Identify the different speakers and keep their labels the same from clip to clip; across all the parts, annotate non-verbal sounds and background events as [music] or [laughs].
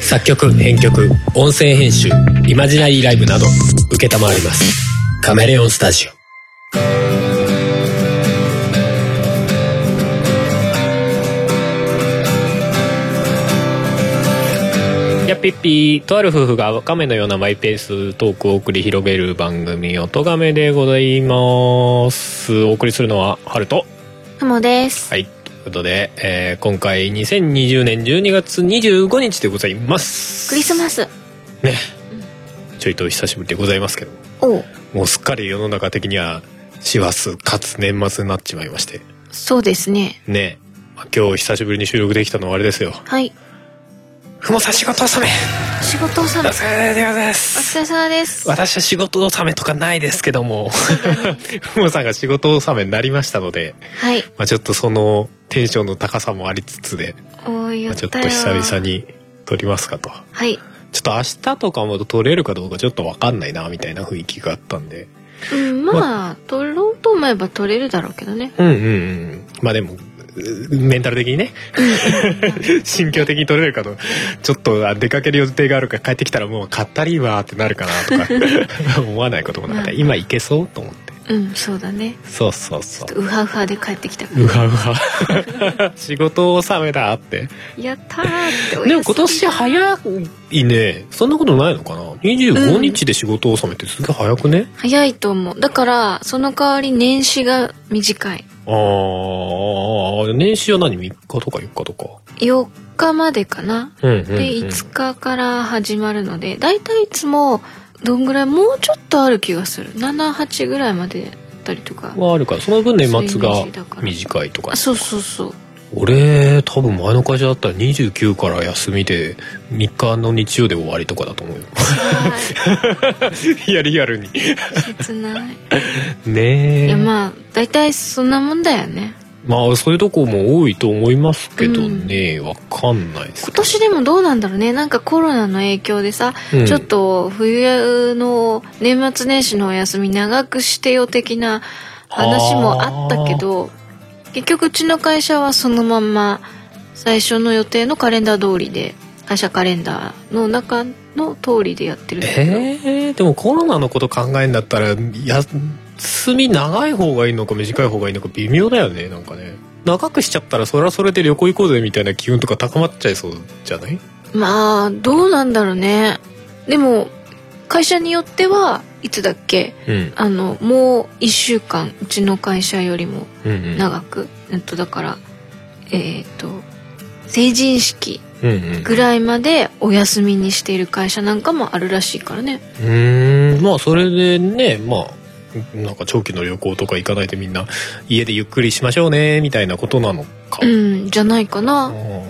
Speaker 1: 作曲編曲音声編集イマジナリーライブなど承りますカメレオンスタジオやっぴっぴーとある夫婦がカメのようなマイペーストークを繰り広げる番組「おとがめ」でございますお送りするのはハルト
Speaker 2: ハモです。
Speaker 1: はいということで、えー今回2020年12月25日でございます
Speaker 2: クリスマス。
Speaker 1: ねちょいと久しぶりでございますけど
Speaker 2: おう
Speaker 1: もうすっかり世の中的には師走かつ年末になっちまいまして
Speaker 2: そうですね。
Speaker 1: ねまあ今日久しぶりに収録できたのはあれですよ
Speaker 2: はい。
Speaker 1: ふもさん仕事納め
Speaker 2: 仕事をさ
Speaker 1: お
Speaker 2: め、お
Speaker 1: 疲れ様でございます
Speaker 2: 疲れ様です。
Speaker 1: 私は仕事納めとかないですけど [laughs] も、ふもさんが仕事納めになりましたので、
Speaker 2: はい。
Speaker 1: まあ、ちょっとそのテンションの高さもありつつで、
Speaker 2: おー、
Speaker 1: ま
Speaker 2: や
Speaker 1: あ、
Speaker 2: っ
Speaker 1: ち
Speaker 2: た
Speaker 1: ょっ
Speaker 2: よ。
Speaker 1: と久々。に撮りますかと。
Speaker 2: はい。
Speaker 1: ちょっと明日とかも撮れるかどうかちょっとわかんないな、みたいな雰囲気があったんで。
Speaker 2: うん、まあ、取ろうと思えば取れるだろうけどね。
Speaker 1: うんうんうん。まあでも、うメンタル的に [laughs] ね、心境的に撮れるかと、ちょっとあ出かける予定があるから帰ってきたらもう買ったりはってなるかな [laughs] とか、思わないこともなかった。今行けそうと思って。
Speaker 2: うん、そうだね。
Speaker 1: そうそうそう。
Speaker 2: ウハウハで帰ってきたから。
Speaker 1: うわうわ [laughs] 仕事納めだって
Speaker 2: やったーってお休み
Speaker 1: でも今年早いねそんなことないのかな25日で仕事納めってすげえ早くね、
Speaker 2: 早いと思う。だから、その代わり年始が短い。
Speaker 1: あー年始は何3日とか4日とか
Speaker 2: 4日までかな。
Speaker 1: うんうん、うん、
Speaker 2: で、5日から始まるので、だいたいいつも、どんぐらい、もうちょっとある気がする。7、8ぐらいまでだったりとか。
Speaker 1: はあるからその分年末が
Speaker 2: そういうイメージだから
Speaker 1: 短いとか
Speaker 2: あそうそ
Speaker 1: [laughs]
Speaker 2: うそう。
Speaker 1: 俺多分前の会社だったら29から休みで3日の日曜で終わりとかだと思うよ
Speaker 2: [laughs]
Speaker 1: いやリアルに
Speaker 2: 切ない。
Speaker 1: ねえ
Speaker 2: いや、まあ、だいたいそんなもんだよね。
Speaker 1: まあそういうとこも多いと思いますけどね、わかんないです
Speaker 2: 今年でもどうなんだろうね。なんかコロナの影響でさ、
Speaker 1: うん
Speaker 2: ちょっと冬の年末年始のお休み長くしてよ的な話もあったけど、結局うちの会社はそのまんま最初の予定のカレンダー通りで、会社カレンダーの中の通りでやってるんだけど。
Speaker 1: えー、でもコロナのこと考えんだったらや休み長い方がいいのか短い方がいいのか微妙だよねなんかね長くしちゃったらそれはそれで旅行行こうぜみたいな機運とか高まっちゃいそうじゃない
Speaker 2: まあ、どうなんだろうね。でも、会社によってはいつだっけ
Speaker 1: うん
Speaker 2: あのもう1週間うちの会社よりも
Speaker 1: うんうん
Speaker 2: 長く、えっとだからえっと成人式
Speaker 1: うんうん
Speaker 2: ぐらいまでお休みにしている会社なんかもあるらしいからね
Speaker 1: うーんまあそれでねまあなんか長期の旅行とか行かないでみんな家でゆっくりしましょうねみたいなことなのか、
Speaker 2: うんじゃないかな
Speaker 1: うん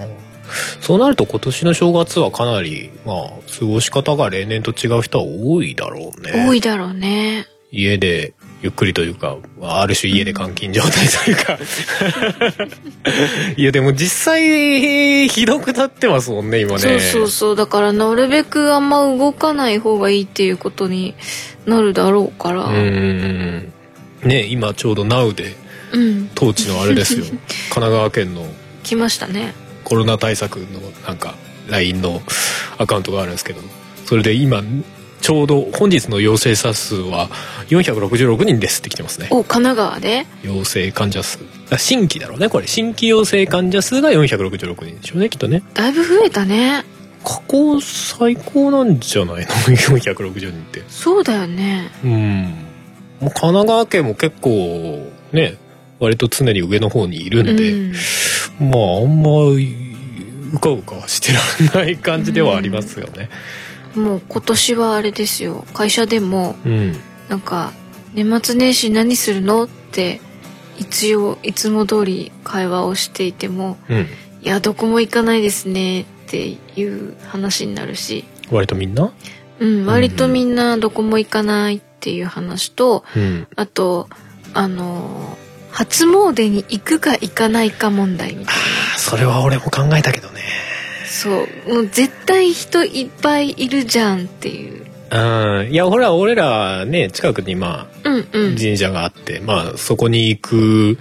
Speaker 1: そうなると今年の正月はかなりまあ過ごし方が例年と違う人は多いだろうね
Speaker 2: 多いだろうね
Speaker 1: 家でゆっくりというかまあある種家で監禁状態というか [laughs] いやでも実際ひどくなってますもんね今ね
Speaker 2: そうそうそうだからなるべくあんま動かない方がいいっていうことになるだろうから
Speaker 1: うんうんうんね今ちょうど NOW で
Speaker 2: うん
Speaker 1: 当地のあれ
Speaker 2: [laughs]
Speaker 1: ですよ神奈川県の
Speaker 2: 来ましたね
Speaker 1: コロナ対策のなんか LINE のアカウントがあるんですけどそれで今ちょうど本日の陽性者数は466人ですって来てますね
Speaker 2: お神奈川で
Speaker 1: 陽性患者数あ新規だろうねこれ新規陽性患者数が466人でしょうねきっとね
Speaker 2: だいぶ増えたね
Speaker 1: 過去最高なんじゃないの [laughs] 460人って
Speaker 2: そうだよね
Speaker 1: うんもう神奈川県も結構ね割と常に上の方にいるんで、
Speaker 2: うん
Speaker 1: まああんまうかうかしてらんない感じではありますよね。
Speaker 2: もう今年はあれですよ会社でも
Speaker 1: うん。
Speaker 2: なんか年末年始何するのって一応いつも通り会話をしていても
Speaker 1: うん。
Speaker 2: いやどこも行かないですねっていう話になるし、
Speaker 1: 割とみんな
Speaker 2: うん、割とみんなどこも行かないっていう話と
Speaker 1: うん。
Speaker 2: あとあの初詣に行くか行かないか問題みたい
Speaker 1: あそれは俺も考えたけどね。
Speaker 2: なそうもう絶対人いっぱいいるじゃんっていう
Speaker 1: うん。いや、ほら、俺らね、近くにまあ、
Speaker 2: うんうん
Speaker 1: 神社があって、まあ、そこに行く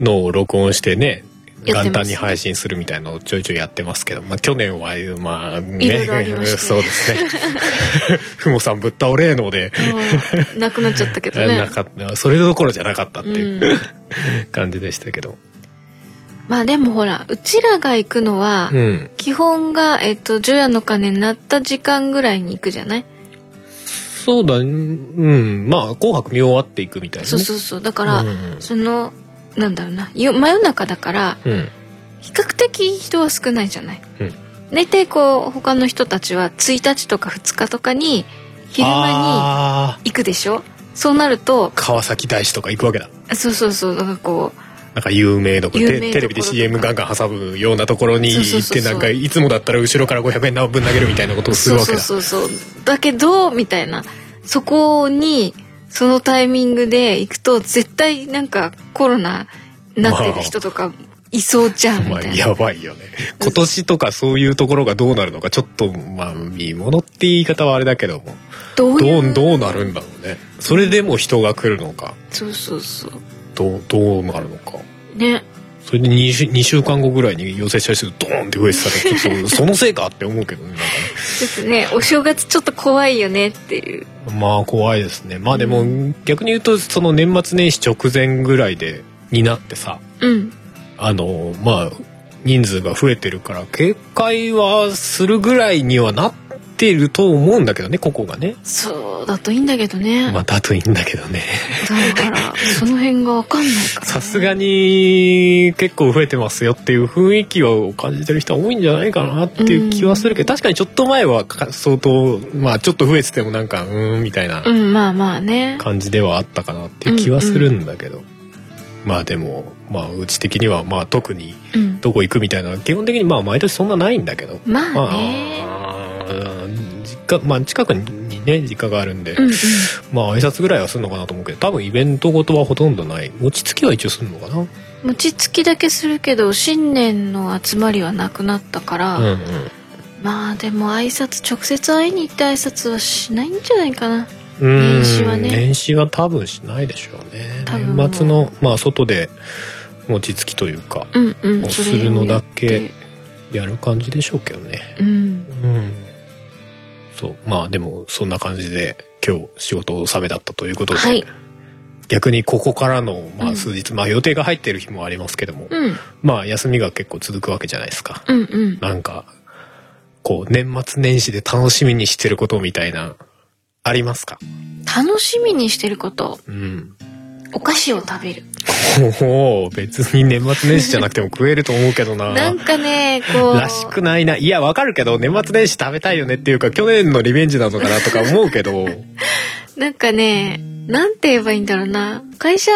Speaker 1: のを録音してね、
Speaker 2: やってま
Speaker 1: 元
Speaker 2: す
Speaker 1: 旦に配信するみたいなのをちょいちょいやってますけど、まあ、去年はまあね
Speaker 2: いろいろありました
Speaker 1: [laughs]
Speaker 2: ね
Speaker 1: そうですねふもさんぶっ倒れーので、
Speaker 2: うんなくなっちゃったけ
Speaker 1: [laughs]
Speaker 2: ど
Speaker 1: な
Speaker 2: ね。
Speaker 1: かったそれどころじゃなかったっていう、
Speaker 2: うん
Speaker 1: 感じでしたけど
Speaker 2: まあでもほら、うちらが行くのは
Speaker 1: う、ん
Speaker 2: 基本が、えっと、除夜の鐘鳴った時間ぐらいに行くじゃない
Speaker 1: そうだうんまあ「紅白」見終わっていくみたいなね、
Speaker 2: そうそうそう。だから、
Speaker 1: うん
Speaker 2: その、なんだろうな、よ真夜中だから、
Speaker 1: うん
Speaker 2: 比較的人は少ないじゃない。
Speaker 1: うん
Speaker 2: 大体こう、他の人たちは1日とか2日とかに、昼間に
Speaker 1: あー
Speaker 2: 行くでしょそうなると、
Speaker 1: 川崎大師とか行くわけだ
Speaker 2: そうそうそう、なんかこう、
Speaker 1: なんか有名どころ
Speaker 2: 有名
Speaker 1: テ
Speaker 2: どころ
Speaker 1: テレビで
Speaker 2: とか
Speaker 1: CM ガンガン挟むようなところに行って
Speaker 2: そうそうそうそう
Speaker 1: なんかいつもだったら後ろから500円何分投げるみたいなことをするわけだ
Speaker 2: そうそうそうそうだけどみたいなそこにそのタイミングで行くと絶対なんかコロナなってる人とかいそうじゃんみ
Speaker 1: まあ
Speaker 2: たいな、
Speaker 1: やばいよね今年とかそういうところがどうなるのかちょっとまあ見物って言い方はあれだけども
Speaker 2: どう
Speaker 1: ど
Speaker 2: いう
Speaker 1: うどうなるんだろうねそれでも人が来るのか
Speaker 2: そうそうそう
Speaker 1: どうどうなるのか
Speaker 2: ね
Speaker 1: それで 2, 週2週間後ぐらいに陽性者数ドーンって増えてたらちょっとそのせいかって思うけどねなんかね
Speaker 2: ちょっとねお正月ちょっと怖いよねっていう
Speaker 1: まあ怖いですねまあでも逆に言うとその年末年始直前ぐらいでになってさ
Speaker 2: うん
Speaker 1: あのまあ人数が増えてるから警戒はするぐらいにはなってると思うんだけどねここがね
Speaker 2: そうだといいんだけどね、
Speaker 1: まあだといいんだけどね
Speaker 2: だからその辺が分かんないから
Speaker 1: さすがに結構増えてますよっていう雰囲気を感じてる人は多いんじゃないかなっていう気はするけど確かにちょっと前はか相当まあちょっと増えててもなんかうーんみたいな
Speaker 2: うんまあまあね
Speaker 1: 感じではあったかなっていう気はするんだけど、まあでもまあうち的にはまあ特に
Speaker 2: うん
Speaker 1: どこ行くみたいなのは基本的にまあ毎年そんなないんだけど、
Speaker 2: ま
Speaker 1: ま
Speaker 2: あね
Speaker 1: あ実家まあ近くにね実家があるんで、
Speaker 2: うんうん
Speaker 1: まあ挨拶ぐらいはするのかなと思うけど多分イベントごとはほとんどない餅つきは一応するのかな
Speaker 2: 餅つきだけするけど新年の集まりはなくなったから、
Speaker 1: うんうん
Speaker 2: まあでも挨拶直接会いに行って挨拶はしないんじゃないかな
Speaker 1: うん
Speaker 2: 年始はね
Speaker 1: 年始は多分しないでしょうね
Speaker 2: 多分もう
Speaker 1: 年末のまあ外で餅つきというか
Speaker 2: うんうん
Speaker 1: もう
Speaker 2: それ
Speaker 1: するのだけ
Speaker 2: をやって
Speaker 1: やる感じでしょうけどね
Speaker 2: うん
Speaker 1: うん。そう。まあでも、そんな感じで、今日仕事納めだったということで、
Speaker 2: はい
Speaker 1: 逆にここからの、ま
Speaker 2: う
Speaker 1: あ
Speaker 2: ん
Speaker 1: 数日、まあ予定が入ってる日もありますけども、
Speaker 2: うん
Speaker 1: まあ休みが結構続くわけじゃないですか。
Speaker 2: うんうん
Speaker 1: なんか、こう、年末年始で楽しみにしてることみたいな、ありますか
Speaker 2: 楽しみにしてること
Speaker 1: うん。
Speaker 2: お菓子を食べる
Speaker 1: おお別に年末年始じゃなくても食えると思うけどな。
Speaker 2: なんかねこう
Speaker 1: らしくないな。いや、わかるけど、年末年始食べたいよねっていうか、去年のリベンジなのかなとか思うけど、
Speaker 2: なんかねなんて言えばいいんだろうな会社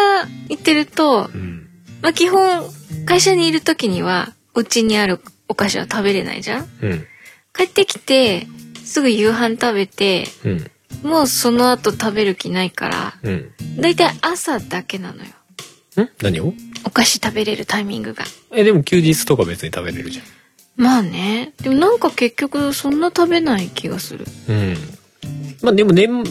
Speaker 2: 行ってると
Speaker 1: うん。
Speaker 2: まあ基本会社にいる時にはうちにあるお菓子は食べれないじゃん
Speaker 1: うん。
Speaker 2: 帰ってきてすぐ夕飯食べて
Speaker 1: うん。
Speaker 2: もうその後食べる気ないから
Speaker 1: うん。
Speaker 2: だいたい朝だけなのよ
Speaker 1: 何を
Speaker 2: お菓子食べれるタイミングが
Speaker 1: え、でも休日とか別に食べれるじ
Speaker 2: まあねでもなんか結局そんな食べない気がする
Speaker 1: ゃん。うん。まあでも年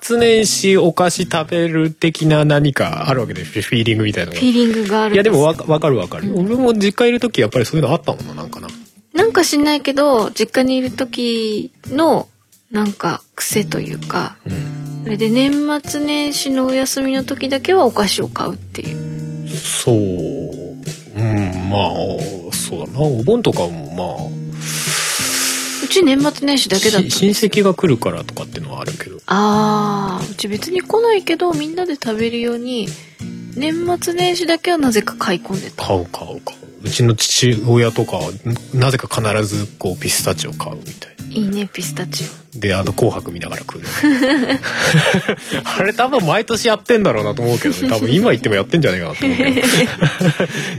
Speaker 1: 末年始お菓子食べる的な何かあるわけでフィフィーリングみたいなの
Speaker 2: フ
Speaker 1: が。
Speaker 2: ィー
Speaker 1: い
Speaker 2: リングがあるん
Speaker 1: やですもわかわかるわかる。俺も実家いる時やっぱりそういうのあったもんな、なんかな。
Speaker 2: なんかしないけど実家にいる時のなんか癖というか
Speaker 1: うん。
Speaker 2: それで年末年始のお休みの時だけはお菓子を買うっていう
Speaker 1: そう。うん、まあ、そうだな。お盆とかもま
Speaker 2: うち年末年始
Speaker 1: あ、
Speaker 2: だけだっ
Speaker 1: した親戚が来るからとかっていうのはあるけど。
Speaker 2: あーうち別に来ないけどみんなで食べるように年末年始だけはなぜか買い込んでた
Speaker 1: 買う買う買う。うちの父親とかはなぜか必ずこうピスタチオ買うみたいな。
Speaker 2: いいねピスタチ
Speaker 1: であの「紅白」見ながら食う [laughs] あれ多分毎年やってんだろうなと思うけど、ね、多分今行ってもやってんじゃねえかなと思うけど [laughs]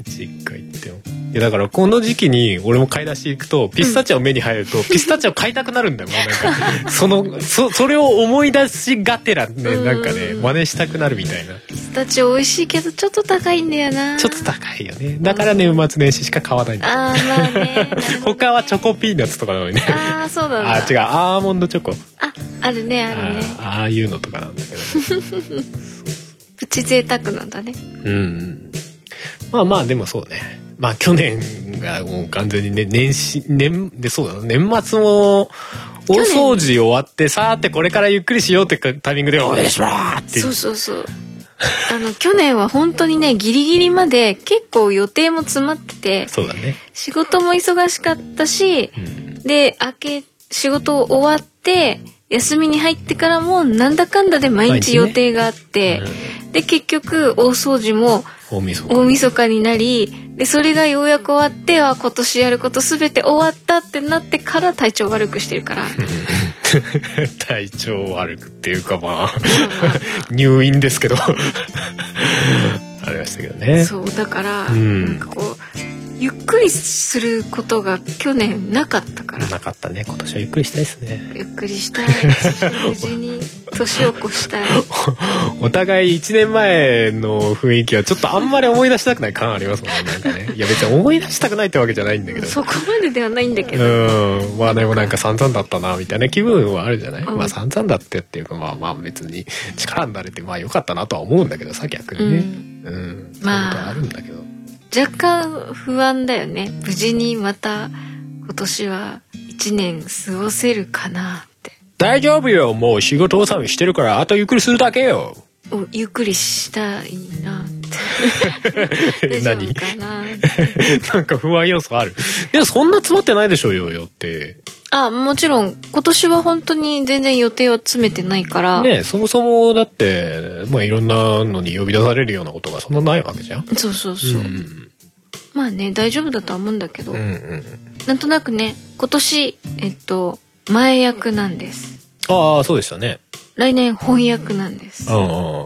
Speaker 1: 実家行ってもいやだからこの時期に俺も買い出し行くとピスタチオ目に入ると、ピスタチオ買いたくなるんだよもうなん
Speaker 2: [laughs]
Speaker 1: かそのそそれを思い出しがてらねなんかね
Speaker 2: うん
Speaker 1: 真似したくなるみたいな
Speaker 2: オピスタチオ美味しいけどちょっと高いんだよな
Speaker 1: ちょっと高いよねだから年末年始しか買わないんだ
Speaker 2: あーまあね
Speaker 1: [laughs] 他はチョコピーナッツとかなのにね
Speaker 2: あーそうなんだ
Speaker 1: あ違うアーモンドチョコ
Speaker 2: ああるねあるね
Speaker 1: あーああいうのとかなんだけど
Speaker 2: プチ贅沢なんだね
Speaker 1: うんうんまあまあでもそうねまあ去年がもう完全にね、年始、年、で、そうだな、年末も、大掃除終わって、さーてこれからゆっくりしようってかタイミングで、お願いしますって
Speaker 2: そうそうそうあの去年は本当にねギリギリまで結構予定も詰まってて
Speaker 1: そうだね。
Speaker 2: 仕事も忙しかったし
Speaker 1: うん。
Speaker 2: で明け仕事終わって休みに入ってからもなんだかんだで毎日
Speaker 1: 毎日ね
Speaker 2: 予定があって、で結局大掃除も
Speaker 1: うん大晦日。
Speaker 2: 大晦日になりでそれがようやく終わっては今年やること全て終わったってなってから体調悪くしてるから
Speaker 1: [laughs] 体調悪くっていうかまあ入院ですけど [laughs] ありましたけどね
Speaker 2: そうだから、
Speaker 1: うん
Speaker 2: なんかこうゆっくりすることが去年なかったから
Speaker 1: なかったね今年はゆっくりしたいですね
Speaker 2: ゆっくりしたいそして無事に年を
Speaker 1: [laughs]
Speaker 2: 越したい
Speaker 1: お互い1年前の雰囲気はちょっとあんまり思い出したくない感ありますもんねなんかねいや別に思い出したくないってわけじゃないんだけど
Speaker 2: そこまでではないんだけど、
Speaker 1: うんまあでもなんか散々だったなみたいな気分はあるじゃない、
Speaker 2: うん
Speaker 1: まあ散々だってっていうかまあまあ別に力になれてまあ良かったなとは思うんだけどさ逆に
Speaker 2: う
Speaker 1: ね
Speaker 2: ん
Speaker 1: うん、
Speaker 2: ま
Speaker 1: そ
Speaker 2: あ
Speaker 1: ういうことあるんだけど
Speaker 2: 若干不安だよね無事にまた今年は1年過ごせるかなって
Speaker 1: 大丈夫よもう仕事納めしてるからあとゆっくりするだけよ
Speaker 2: おゆっくりしたいなって大丈
Speaker 1: [laughs] 何
Speaker 2: 夫かな
Speaker 1: なんか不安要素あるいやそんな詰まってないでしょうよよって
Speaker 2: あもちろん今年は本当に全然予定は詰めてないから、
Speaker 1: ねえそもそもだってまあいろんなのに呼び出されるようなことがそんなないわけじゃん
Speaker 2: そうそうそう、
Speaker 1: ん
Speaker 2: まあね大丈夫だとは思うんだけど、
Speaker 1: うんうん
Speaker 2: なんとなくね今年えっと前役なんです
Speaker 1: ああそうでしたね
Speaker 2: 来年翻訳なんです
Speaker 1: うんうんうん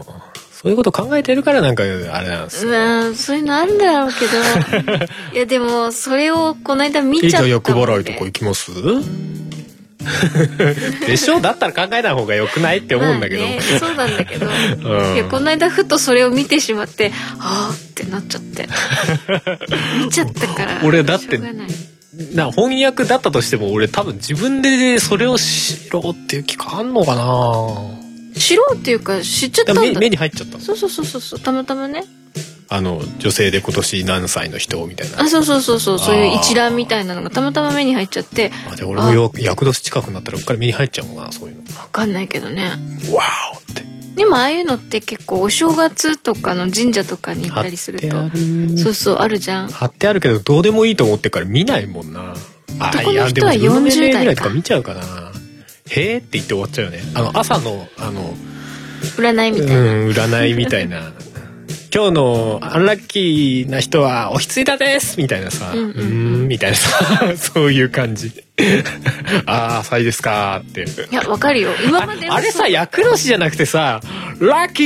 Speaker 1: そういうこと考えてるからなんかあれなんです
Speaker 2: う
Speaker 1: よ
Speaker 2: わーそういうのあるんだろうけど
Speaker 1: [laughs]
Speaker 2: いやでもそれをこの間見ちゃ
Speaker 1: い
Speaker 2: った
Speaker 1: い
Speaker 2: もん、ね、
Speaker 1: 欲払いとか行きますでしょだったら考えない方が良くないって思うんだけど、
Speaker 2: まあね、そうなんだけど、
Speaker 1: [laughs] うん
Speaker 2: いやこの間ふとそれを見てしまってああってなっちゃって
Speaker 1: [laughs]
Speaker 2: 見ちゃったから
Speaker 1: 俺だって
Speaker 2: しょうがない
Speaker 1: な翻訳だったとしても俺多分自分でそれを知ろうっていう気があんのかな
Speaker 2: 知ろうっていうか知っちゃったん
Speaker 1: だ
Speaker 2: だ
Speaker 1: 目目に入っちゃった
Speaker 2: そうそうそうそうそうたまたまね
Speaker 1: あの女性で今年何歳の人みたいな
Speaker 2: あそうそうそうそうそういう一覧みたいなのがたまたま目に入っちゃって
Speaker 1: あで俺もよ役年近くなったらうっかり目に入っちゃうもんなそういうの
Speaker 2: わかんないけどね
Speaker 1: わーおって
Speaker 2: でもああいうのって結構お正月とかの神社とかに行
Speaker 1: 貼
Speaker 2: っ
Speaker 1: った
Speaker 2: りすると
Speaker 1: てある
Speaker 2: そうそうあるじゃん
Speaker 1: 貼ってあるけどどうでもいいと思ってから見ないもんなあ
Speaker 2: 男の人は
Speaker 1: や
Speaker 2: い
Speaker 1: でも自分の年齢
Speaker 2: 40代
Speaker 1: ぐらいとか見ちゃうかなへーって言って終わっちゃうよねあの朝のあの
Speaker 2: 占いみたいな、
Speaker 1: うん、占いみたいな今日のアンラッキーな人はおひついたですみたいなさ、う
Speaker 2: うんうんうん
Speaker 1: ーんみたいなさ [laughs] そういう感じああ浅いですかーって
Speaker 2: いやわかるよ今まで
Speaker 1: あれさ厄年じゃなくてさラッキ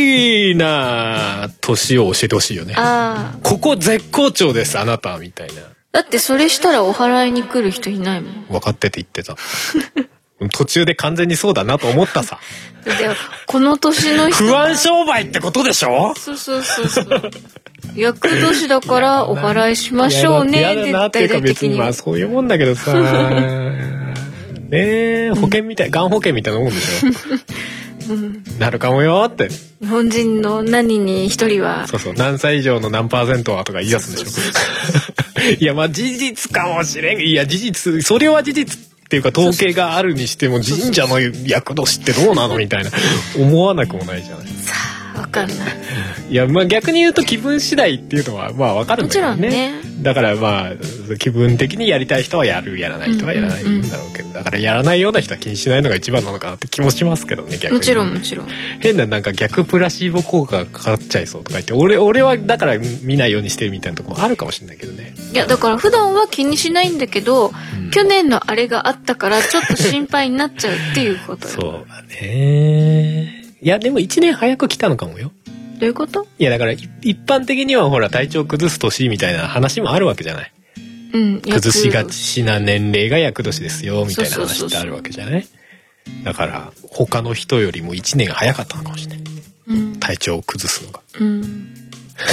Speaker 1: ーな年を教えてほしいよね
Speaker 2: ああ
Speaker 1: ここ絶好調ですあなたみたいな
Speaker 2: だってそれしたらお祓いに来る人いないもん
Speaker 1: 分かってて言ってた [laughs] 途中で完全にそうだなと思ったさ
Speaker 2: だってこの年の人
Speaker 1: 不安商売ってことでしょ
Speaker 2: そうそうそうそう厄年だからお祓いしましょうね
Speaker 1: 嫌だな
Speaker 2: 絶
Speaker 1: ってい
Speaker 2: 対
Speaker 1: うか
Speaker 2: 的
Speaker 1: 別に
Speaker 2: に
Speaker 1: まあそういうもんだけど
Speaker 2: [laughs]
Speaker 1: さねえ保険みたいがん保険みたいなもんでしょ、なるかもよって
Speaker 2: 日本人の何人に一人は
Speaker 1: そうそう何歳以上の何パーセントはとか言い出すんでしょいやまあ事実かもしれんいや事実それは事実っていうか統計があるにしても神社の役年ってどうなのみたいな思わなくもないじゃない
Speaker 2: さあわかんない
Speaker 1: いやまあ逆に言うと気分次第っていうのはまあわかるんだけどね
Speaker 2: もちろんね
Speaker 1: だからまあ気分的にやりたい人はやるやらない人はやらないんだろうけど、だからやらないような人は気にしないのが一番なのかなって気もしますけどね逆に
Speaker 2: もちろんもちろん
Speaker 1: 変ななんか逆プラシーボ効果がかかっちゃいそうとか言って俺俺はだから見ないようにしてるみたいなとこもあるかもしれないけどね
Speaker 2: いやだから普段は気にしないんだけど、
Speaker 1: ん
Speaker 2: 去年のあれがあったからちょっと心配になっちゃうっていうことよ
Speaker 1: そうだねいやでも1年早く来たのかもよ
Speaker 2: どういうこと
Speaker 1: いやだからい一般的にはほら体調崩す年みたいな話もあるわけじゃない
Speaker 2: うん
Speaker 1: 崩しが
Speaker 2: やつ
Speaker 1: ちな年齢が厄年ですよみたいな
Speaker 2: そうそ
Speaker 1: 話
Speaker 2: うそう
Speaker 1: っ
Speaker 2: そ
Speaker 1: て
Speaker 2: う
Speaker 1: あるわけじゃないだから他の人よりも1年早かったのかもしれない
Speaker 2: うん、
Speaker 1: 体調を崩すのが
Speaker 2: うん、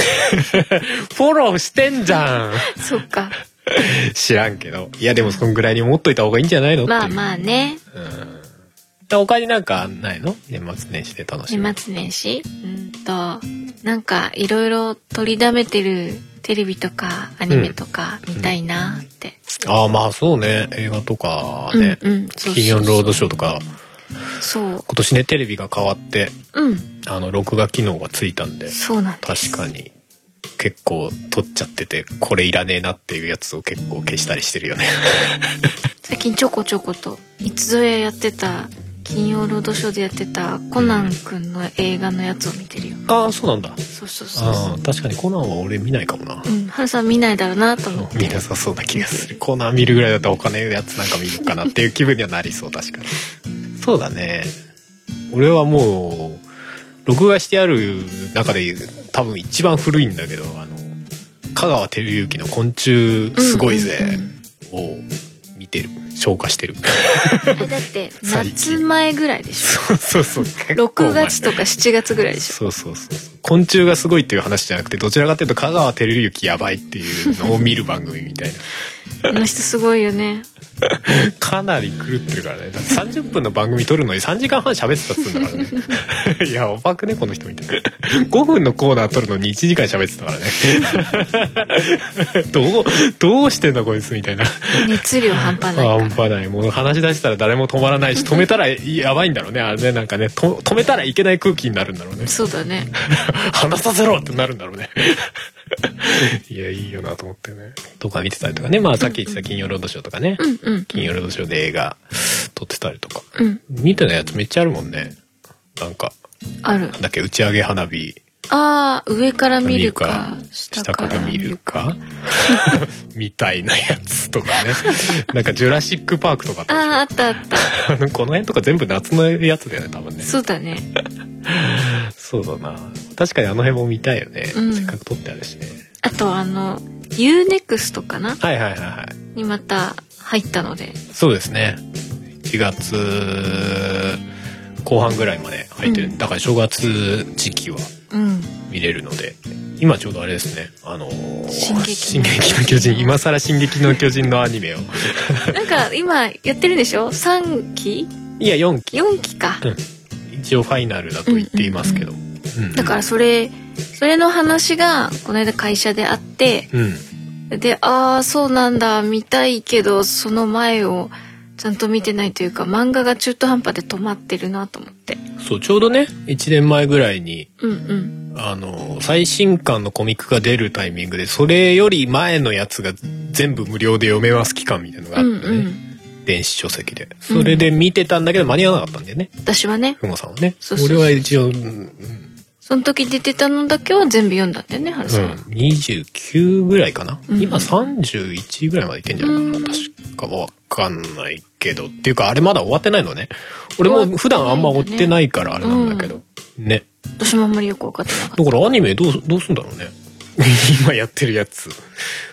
Speaker 1: フォローしてんじゃん
Speaker 2: そっか
Speaker 1: [laughs] 知らんけどいやでもそんぐらいに持っといた方がいいんじゃないのっていう
Speaker 2: まあまあね
Speaker 1: うん他になんかないの年末年始で楽しむ
Speaker 2: 年末年始うんとなんかいろいろ取りだめてるテレビとかアニメとか見たいなって。
Speaker 1: ああ、まあそうね。映画とかね。
Speaker 2: うんうんそうそうそう
Speaker 1: 金曜ロードショーとか、
Speaker 2: そう。
Speaker 1: 今年ね、テレビが変わって、
Speaker 2: うん。
Speaker 1: あの、録画機能がついたんで、
Speaker 2: そうなんで
Speaker 1: 確
Speaker 2: す。
Speaker 1: かに、結構撮っちゃってて、これいらねえなっていうやつを結構消したりして
Speaker 2: [laughs]
Speaker 1: るよね。
Speaker 2: 最近ちょこちょこと、いつぞややってた、金曜ロードショーでやってたコナンくんの映画のやつを見てるよ。
Speaker 1: ああ、そうなんだ。
Speaker 2: そうそうそうそ
Speaker 1: ああ、確かにコナンは俺見ないかもな
Speaker 2: う。。うん。ハルさん見ないだろうなと思って。
Speaker 1: 見なさそうな気がする。コナン見るぐらいだったら他のやつなんか見るかなっていう気分にはなりそう、確かに。そうだね。俺はもう、録画してある中で多分一番古いんだけど、あの、香川照之の昆虫すごいぜを見てる。消化してる。
Speaker 2: うんうんうん。えだって、
Speaker 1: [laughs] 最近
Speaker 2: 夏前ぐらいでしょ。
Speaker 1: [laughs] そうそうそう。結構前
Speaker 2: 6月とか7月ぐらいでしょ。
Speaker 1: そうそうそうそう昆虫がすごいっていう話じゃなくてどちらかというと香川照之やばいっていうのを見る番組みたいな
Speaker 2: あの人すごいよね。
Speaker 1: かなり狂ってるからねだって30分の番組撮るのに3時間半喋ってたっつうんだから
Speaker 2: [laughs]
Speaker 1: ねいやおばくねこの人みたいな5分のコーナー撮るのに1時間喋ってた
Speaker 2: [laughs]
Speaker 1: からねどうどうしてんだこいつみたいな
Speaker 2: 熱量半端ない
Speaker 1: 半端ないもう話し出したら誰も止まら
Speaker 2: [laughs]
Speaker 1: ないし止めたらやばいんだろうねあれねなんかねと止めたらいけない空気になるんだろうね
Speaker 2: そうだね。
Speaker 1: 話させろってなるんだろう
Speaker 2: [laughs]
Speaker 1: ね。いや、いいよなと思ってね。とか見てたりとかね。まあ、さっき言ってた金曜ロードショーとかね。
Speaker 2: うんうん。
Speaker 1: 金曜ロードショーで映画撮ってたりとか。
Speaker 2: うん。
Speaker 1: 見てないやつめっちゃあるもんね。なんか、
Speaker 2: ある
Speaker 1: な。んだっけ、打ち上げ花火。
Speaker 2: ああ、上から見るか、
Speaker 1: 下から見る。か。みたいなやつとかね。 [laughs] なんか、ジュラシックパークとかあっ
Speaker 2: あ
Speaker 1: たでしょ
Speaker 2: あ、あったあった。
Speaker 1: あ [laughs] のこの辺とか全部夏のやつだよね、多分ね。
Speaker 2: そうだね。
Speaker 1: そうだな。確かにあの辺も見たいよね。
Speaker 2: うん
Speaker 1: せっかく撮ってあるしね。
Speaker 2: あとあの、UNEXT かな
Speaker 1: はいはいはいはい。
Speaker 2: にまた入ったので。
Speaker 1: そうですね。1月後半ぐらいまで入ってる、
Speaker 2: うん
Speaker 1: だから正月時期は
Speaker 2: うん。
Speaker 1: 見れるので、今ちょうどあれですね。あのー
Speaker 2: 進撃
Speaker 1: 進撃の巨人、今更進撃の巨人のアニメを。
Speaker 2: なんか今やってるでしょ ?3 期
Speaker 1: いや、4期。
Speaker 2: ?4 期か。
Speaker 1: 一応ファイナルだと言っていますけど。うん
Speaker 2: だからそれ、それの話がこの間会社であって、
Speaker 1: うん。
Speaker 2: で、ああ、そうなんだ、見たいけど、その前をちゃんと見てないというか、漫画が中途半端で止まってるなと思って。
Speaker 1: そう、ちょうどね、1年前ぐらいに、
Speaker 2: うんうん。
Speaker 1: あの、最新刊のコミックが出るタイミングで、それより前のやつが全部無料で読めます期間みたいなのがあ
Speaker 2: う
Speaker 1: って
Speaker 2: ん
Speaker 1: ね。
Speaker 2: うん。
Speaker 1: 電子書籍で。それで見てたんだけど間に合わなかったんだよね。
Speaker 2: 私はね、
Speaker 1: ふもさんはね。
Speaker 2: そうそうそう
Speaker 1: 俺は一応、うんうん、
Speaker 2: その時出てたのだけは全部読んだんだよね、春さんは。
Speaker 1: 29ぐらいかな。
Speaker 2: うん
Speaker 1: 今31ぐらいまでいってんじゃないかな。確かわかんないけど。っていうかあれまだ終わってないのね。俺も普段あんま追ってないからあれなんだけど。ね。
Speaker 2: 私もあんまりよく分かってなか
Speaker 1: だ
Speaker 2: っ
Speaker 1: からアニメどう、どうすんだろうね。 [laughs] 今やってるやつ。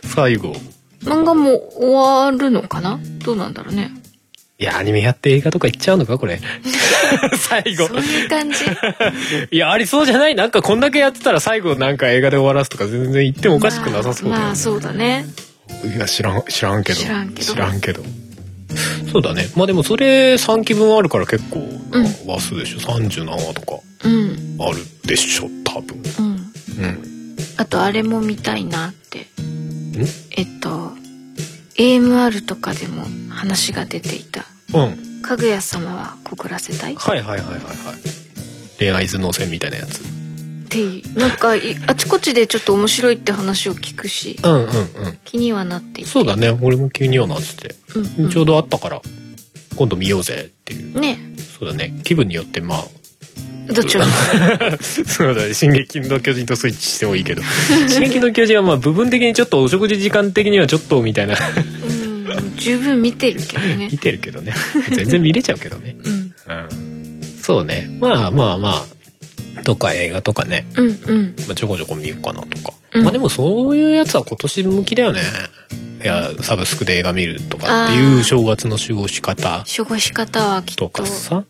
Speaker 1: 最後。
Speaker 2: た。漫画も終わるのかなどうなんだろうね。
Speaker 1: いや、アニメやって映画とか行っちゃうのかこ
Speaker 2: [laughs]
Speaker 1: れ。最後
Speaker 2: そう。いう感じ
Speaker 1: いや、ありそうじゃないなんかこんだけやってたら最後なんか映画で終わらすとか全然言 [laughs] ってもおかしくなさそうだ
Speaker 2: ま
Speaker 1: よ、ね
Speaker 2: あまあそうだね。
Speaker 1: いや、知らん、知らんけど。
Speaker 2: 知らんけど
Speaker 1: 知らんけどそうだね。まあでもそれ3期分あるから結構
Speaker 2: うん
Speaker 1: 話数でしょ。30何話とか
Speaker 2: うん。
Speaker 1: あるでしょ、多分。
Speaker 2: うん。
Speaker 1: うん。
Speaker 2: あとあれも見たいなって。
Speaker 1: ん
Speaker 2: えっと、AMR とかでも話が出ていた。
Speaker 1: うん。
Speaker 2: かぐや様は告らせたいっ
Speaker 1: はいはいはいはいはい。恋愛頭脳戦みたいなやつ。
Speaker 2: ていう。なんかい、あちこちでちょっと面白いって話を聞くし、
Speaker 1: うんうんうん。
Speaker 2: 気にはなっていて。
Speaker 1: そうだね。俺も急にはなってて。
Speaker 2: うん、うん。
Speaker 1: ちょうどあったから、今度見ようぜっていう。
Speaker 2: ね。
Speaker 1: そうだね。気分によってまあ、
Speaker 2: どっちも。
Speaker 1: [laughs] そうだね「進撃の巨人」とスイッチしてもいいけど「 [laughs] 進撃の巨人」はまあ部分的にちょっとお食事時間的にはちょっとみたいな
Speaker 2: うん。十分見てるけどね
Speaker 1: 見。てるけどね全然見れちゃうけどね
Speaker 2: う
Speaker 1: う
Speaker 2: ん。
Speaker 1: んそうねまあまあまあとか映画とかね、
Speaker 2: うんうん。
Speaker 1: まあ、ちょこちょこ見ようかなとか、
Speaker 2: うん
Speaker 1: まあでもそういうやつは今年向きだよねいやサブスクで映画見るとかってい
Speaker 2: あー
Speaker 1: う正月の過ごし方
Speaker 2: 過ごし方はきっ
Speaker 1: と
Speaker 2: と
Speaker 1: かさ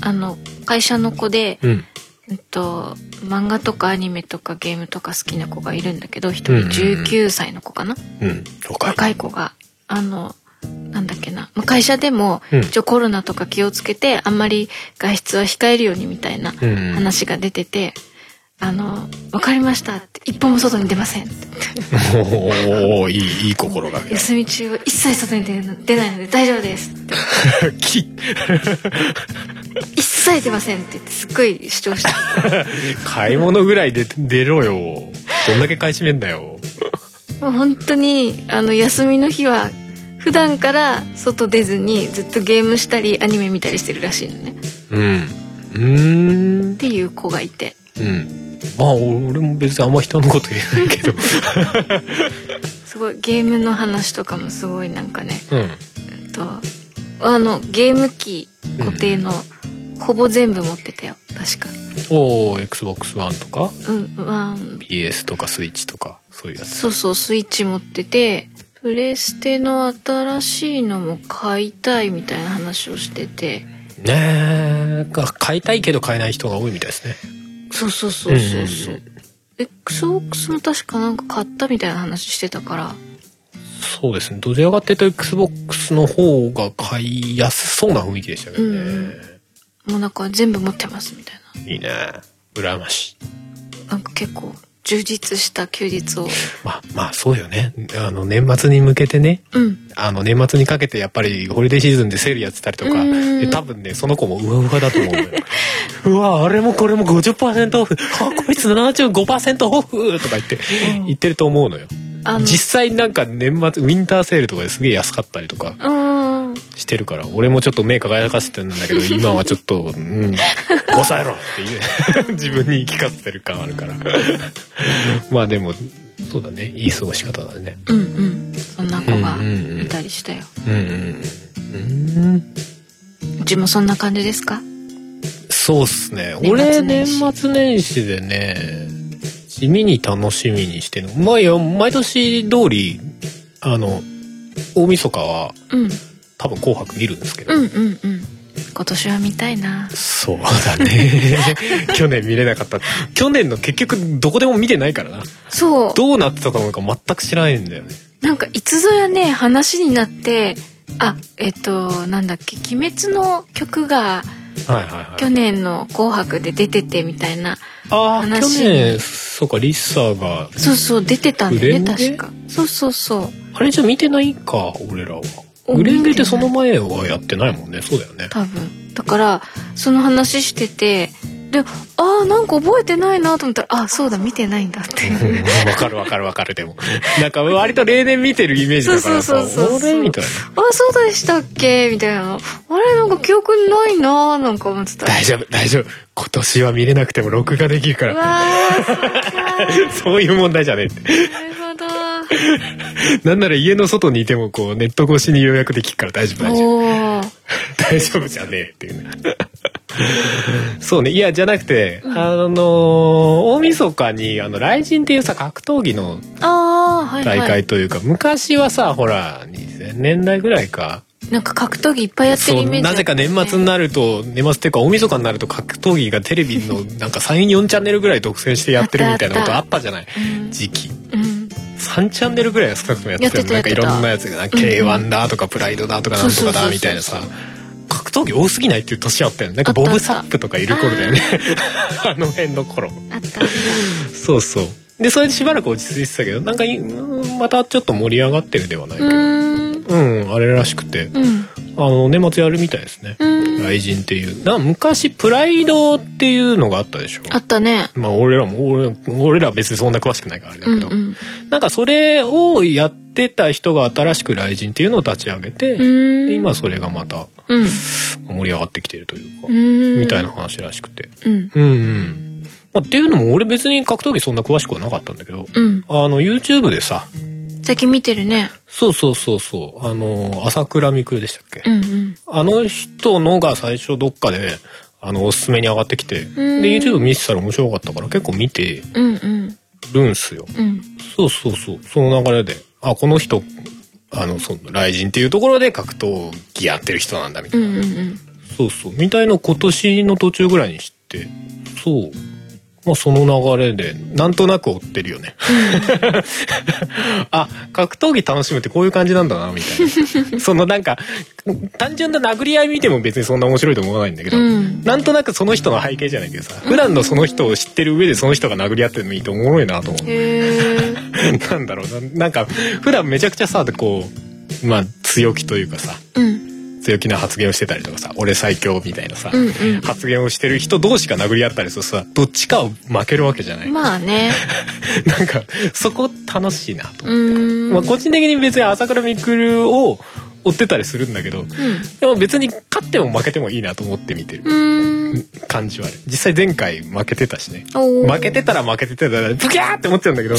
Speaker 2: あの会社の子で、
Speaker 1: うんうん
Speaker 2: うんと、漫画とかアニメとかゲームとか好きな子がいるんだけど一
Speaker 1: うんうんう
Speaker 2: 人
Speaker 1: ん
Speaker 2: 19歳の子かな、
Speaker 1: うん若い
Speaker 2: 若い子があのなんだっけなまあ会社でも、
Speaker 1: うん
Speaker 2: 一応コロナとか気をつけてあんまり外出は控えるようにみたいな
Speaker 1: うん
Speaker 2: 話が出てて、あの、わかりましたって、一歩も外に出ませんって。
Speaker 1: おおいいいい心がけ
Speaker 2: 休み中は一切外に出な出ないので大丈夫です。
Speaker 1: き
Speaker 2: 一切出ませんって言って、すっごい主張して。
Speaker 1: [laughs]
Speaker 2: [laughs]
Speaker 1: 買い物ぐらいで出ろよどんだけ買い占めんだよ
Speaker 2: もう本当に、あの、休みの日は、普段から外出ずにずっとゲームしたりアニメ見たりしてるらしいのね。っ
Speaker 1: うんうーん
Speaker 2: ていう子がいて。
Speaker 1: うんまあ俺も別にあんま人のこと言えないけ
Speaker 2: [laughs]
Speaker 1: ど
Speaker 2: すごい、ゲームの話とかもすごいなんかね、
Speaker 1: うん
Speaker 2: えっと、あの、ゲーム機固定の、ほぼ全部持ってたよ。確か。
Speaker 1: おお XBOX1 とか
Speaker 2: うん、まあ、
Speaker 1: PS とか Switch とかそういうやつ
Speaker 2: そうそう、スイッチ持ってて、プレステの新しいのも買いたいみたいな話をしてて、
Speaker 1: ねえか買いたいけど買えない人が多いみたいですね。
Speaker 2: そうそうそうそうそううん XBOX も確かなんか買ったみたいな話してたから、
Speaker 1: そうですねどちらかっていうと XBOX の方が買いやすそうな雰囲気でしたけどね、
Speaker 2: うんもうなんか全部持ってますみたい
Speaker 1: いいね羨ましい
Speaker 2: な。なんか結構充実した休日を。
Speaker 1: まあまあそうよねあの年末に向けてね
Speaker 2: うん。
Speaker 1: あの年末にかけてやっぱりホリデーシーズンでセールやってたりとか
Speaker 2: うん
Speaker 1: で多分ねその子もうわうわだと思うのよ [laughs] うわあれもこれも50%オフあこいつ75%オフとか言って
Speaker 2: うん
Speaker 1: 言ってると思うのよ
Speaker 2: あの、
Speaker 1: 実際なんか年末ウィンターセールとかですげえ安かったりとか
Speaker 2: うん。
Speaker 1: してるから俺もちょっと目輝かせてるんだけ [laughs] ど今はちょっと「うん抑えろ!」っていう [laughs] 自分に言い聞かせてる感あるから [laughs] まあでもそうだねいい過ごし方だね
Speaker 2: うんうん。そんな子がいたりしたよ。
Speaker 1: うんうんうんうん
Speaker 2: うちもそんな感じですか
Speaker 1: そうっすね
Speaker 2: 年末
Speaker 1: 俺
Speaker 2: 年
Speaker 1: 年
Speaker 2: 始
Speaker 1: 末年始でね地味に楽しみにしてるまあいや毎年通りあの大晦日は
Speaker 2: うん。
Speaker 1: 多分「紅白」見るんですけど、
Speaker 2: うんうんうん。今年は見たいな。
Speaker 1: そうだね
Speaker 2: [laughs]
Speaker 1: 去年見れなかった去年の結局どこでも見てないからな
Speaker 2: そう。
Speaker 1: どうなってたのか全く知らないんだよね
Speaker 2: なんかいつぞやね話になってあえっとなんだっけ「鬼滅」の曲
Speaker 1: は
Speaker 2: が
Speaker 1: いはいは
Speaker 2: 去
Speaker 1: い
Speaker 2: 年の「紅白」で出ててみたいな
Speaker 1: ああ去
Speaker 2: 話
Speaker 1: 年そうかリッサーが
Speaker 2: そうそう出てたんだ
Speaker 1: グレ
Speaker 2: よ
Speaker 1: ン
Speaker 2: ね
Speaker 1: ゲ
Speaker 2: 確かそうそうそう
Speaker 1: あれじゃ見てないか俺らは
Speaker 2: お
Speaker 1: グレンゲっ
Speaker 2: 見てな
Speaker 1: て
Speaker 2: い
Speaker 1: その前はやってないもんねそうだよね
Speaker 2: 多分だからその話しててであーなんか覚えてないなと思ったらあそうだ見てないんだ [laughs] っていう
Speaker 1: [laughs] わかるわかるわかるでもなんか割と例年見てるイメージだからさ
Speaker 2: そうそうそうそう
Speaker 1: 俺みたいな
Speaker 2: あそうでしたっけみたいなあれなんか記憶にないなーなんか思ってた
Speaker 1: 大丈夫大丈夫今年は見れなくても録画できるか
Speaker 2: う
Speaker 1: ら
Speaker 2: わーそっか
Speaker 1: [laughs] そういう問題じゃねえって
Speaker 2: ーなるほど
Speaker 1: なんなら家の外にいてもこうネット越しに予約できるから大丈夫大丈夫
Speaker 2: おー
Speaker 1: 大丈夫じゃねえっていうね [laughs] そうねいやじゃなくて、あの大晦日にあの雷神っていうさ格闘技の
Speaker 2: ああはいはい
Speaker 1: 大会というか、昔はさほら2000年代ぐらいか
Speaker 2: なんか格闘技いっぱいやってる
Speaker 1: そ
Speaker 2: イメー
Speaker 1: う
Speaker 2: ジ
Speaker 1: なぜか年末になると年末っていうか大晦日になると格闘技がテレビのなんか34チャンネルぐらい独占してやってるみたいなこと
Speaker 2: あ
Speaker 1: あ
Speaker 2: っ
Speaker 1: ったじゃない
Speaker 2: うん
Speaker 1: 時期
Speaker 2: うん
Speaker 1: 3チャンネルぐらいは少なくともやってたよね
Speaker 2: や
Speaker 1: なん
Speaker 2: って
Speaker 1: か
Speaker 2: た
Speaker 1: いろんな
Speaker 2: や
Speaker 1: やつが k 1だとかプライドだとかなんとかだみたいな
Speaker 2: そう
Speaker 1: さ
Speaker 2: そう
Speaker 1: 格闘技多すぎないっていう年あったよねなんかボブサップとかいる頃だよね [laughs] あの辺の頃
Speaker 2: あったあっ
Speaker 1: そうそうでそれでしばらく落ち着いてたけどなんかいうんまたちょっと盛り上がってるではない
Speaker 2: た
Speaker 1: け
Speaker 2: う
Speaker 1: ど
Speaker 2: ーん
Speaker 1: うんあれらしくて
Speaker 2: うん
Speaker 1: あの年末やるみたいですね
Speaker 2: うん
Speaker 1: 雷神っていうな昔プライドっていうのがあったでしょ
Speaker 2: あったね
Speaker 1: まあ俺らも俺俺らは別にそんな詳しくないからあれだ
Speaker 2: う
Speaker 1: け
Speaker 2: ん
Speaker 1: ど、
Speaker 2: うん
Speaker 1: なんかそれをやってた人が新しく雷神っていうのを立ち上げて、
Speaker 2: うーん
Speaker 1: で今それがまた
Speaker 2: うん
Speaker 1: 盛り上がってきてるというか、
Speaker 2: うん
Speaker 1: みたいな話らしくて
Speaker 2: うん
Speaker 1: うんうん、まあ、っていうのも俺別に格闘技そんな詳しくはなかったんだけど
Speaker 2: うん
Speaker 1: あの YouTube でさ
Speaker 2: 最近見てるね
Speaker 1: そうそうそうそうあの朝倉未来でしたっけ、
Speaker 2: うんうん
Speaker 1: あの人のが最初どっかで、あの、おすすめに上がってきて、で、
Speaker 2: ん
Speaker 1: YouTube 見てたら面白かったから結構見て
Speaker 2: うんうん
Speaker 1: るんすよ。
Speaker 2: うん
Speaker 1: そうそうそう。その流れで、あ、この人、あの、その、雷神っていうところで格闘技やってる人なんだみた
Speaker 2: う
Speaker 1: い
Speaker 2: ん
Speaker 1: な。
Speaker 2: うんうん
Speaker 1: そうそう。みたいの今年の途中ぐらいに知って、そう。まあ、その流れでなんとなく追ってるよね [laughs] あ格闘技楽しむってこういう感じなんだなみた
Speaker 2: [laughs]
Speaker 1: いなそのなんか単純な殴り合い見ても別にそんな面白いと思わないんだけど、
Speaker 2: うん
Speaker 1: なんとなくその人の背景じゃないけどさ普段のその人を知ってる上でその人が殴り合ってるのいいとおもろいなと思う
Speaker 2: [laughs] へえ
Speaker 1: なんだろうななんか普段めちゃくちゃさこうまあ強気というかさ
Speaker 2: うん
Speaker 1: 強気な発言をしてたりとかさ俺最強みたいなさ、
Speaker 2: うんうん
Speaker 1: 発言をしてる人同士が殴り合ったりするとさどっちかを負けるわけじゃない、 [laughs]
Speaker 2: まあね
Speaker 1: なんかそこ楽しいなと、
Speaker 2: うーん
Speaker 1: まあ、個人的に別に朝倉未来を追ってたりするんだけど
Speaker 2: うん
Speaker 1: でも別に勝っても負けてもいいなと思って見てる
Speaker 2: うーん
Speaker 1: 感じはある実際前回負けてたしね
Speaker 2: おー
Speaker 1: 負けてたら負けてたらブキャーって思っちゃうんだけど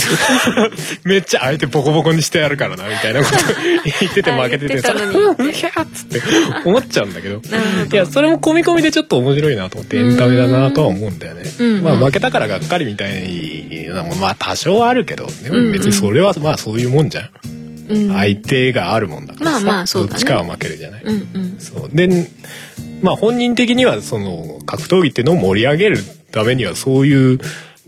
Speaker 1: [laughs] めっちゃ相手ボコボコにしてやるからなみたいなこと言ってて負けて
Speaker 2: あ言って
Speaker 1: て
Speaker 2: た
Speaker 1: さ
Speaker 2: のに
Speaker 1: うん [laughs] ブキャーっつって思っちゃうんだけど
Speaker 2: なるほど
Speaker 1: いやそれも込み込みでちょっと面白いなと思ってエンタメだなとは思うんだよね
Speaker 2: うんうん
Speaker 1: まあ負けたからがっかりみたいなもんまあ多少はあるけどでも別にそれはまあそういうもんじゃん
Speaker 2: うん
Speaker 1: 相手があるもんだからさ
Speaker 2: まあまあそうだね
Speaker 1: どっちかは負けるじゃない
Speaker 2: うんうん
Speaker 1: そうでまあ本人的にはその格闘技っていうのを盛り上げるためにはそういう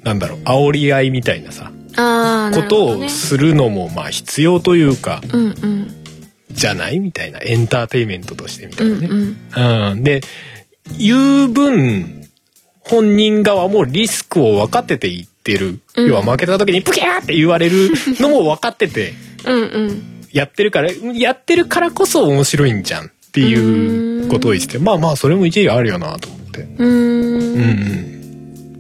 Speaker 1: なんだろう煽り合いみたいなさ
Speaker 2: ああな
Speaker 1: こ
Speaker 2: るほ
Speaker 1: と
Speaker 2: どね
Speaker 1: をするのもまあ必要というか
Speaker 2: うんうん
Speaker 1: じゃないみたいなエンターテインメントとしてみた
Speaker 2: う
Speaker 1: い
Speaker 2: ん
Speaker 1: なね。
Speaker 2: うん
Speaker 1: うん、で言う分本人側もリスクを分かってて言ってる、
Speaker 2: うん
Speaker 1: 要は負けた時にプキャーって言われるのも分かってて
Speaker 2: うんうん
Speaker 1: やってるからやってるからこそ面白いんじゃんっていうことを言っててまあまあそれも一理あるよなと思って。
Speaker 2: うー
Speaker 1: うんんうん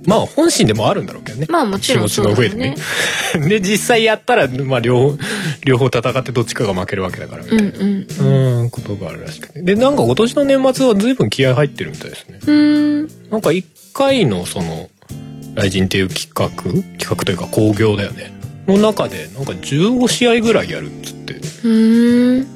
Speaker 1: まあ本心でもあるんだろうけどね。
Speaker 2: まあもちろん
Speaker 1: 気
Speaker 2: そ
Speaker 1: 持ちが
Speaker 2: うだ
Speaker 1: 増
Speaker 2: よ
Speaker 1: えてね。 [laughs] で実際やったらまあ両方両方戦ってどっちかが負けるわけだからみた
Speaker 2: う
Speaker 1: い
Speaker 2: ん
Speaker 1: な。
Speaker 2: うん
Speaker 1: うん、ことがあるらしくて。で、なんか今年の年末は随分気合入ってるみたいですね。
Speaker 2: うん
Speaker 1: なんか一回のその、雷神っていう企画企画というか興行だよね。の中で、なんか15試合ぐらいやるっつって。
Speaker 2: うん
Speaker 1: うん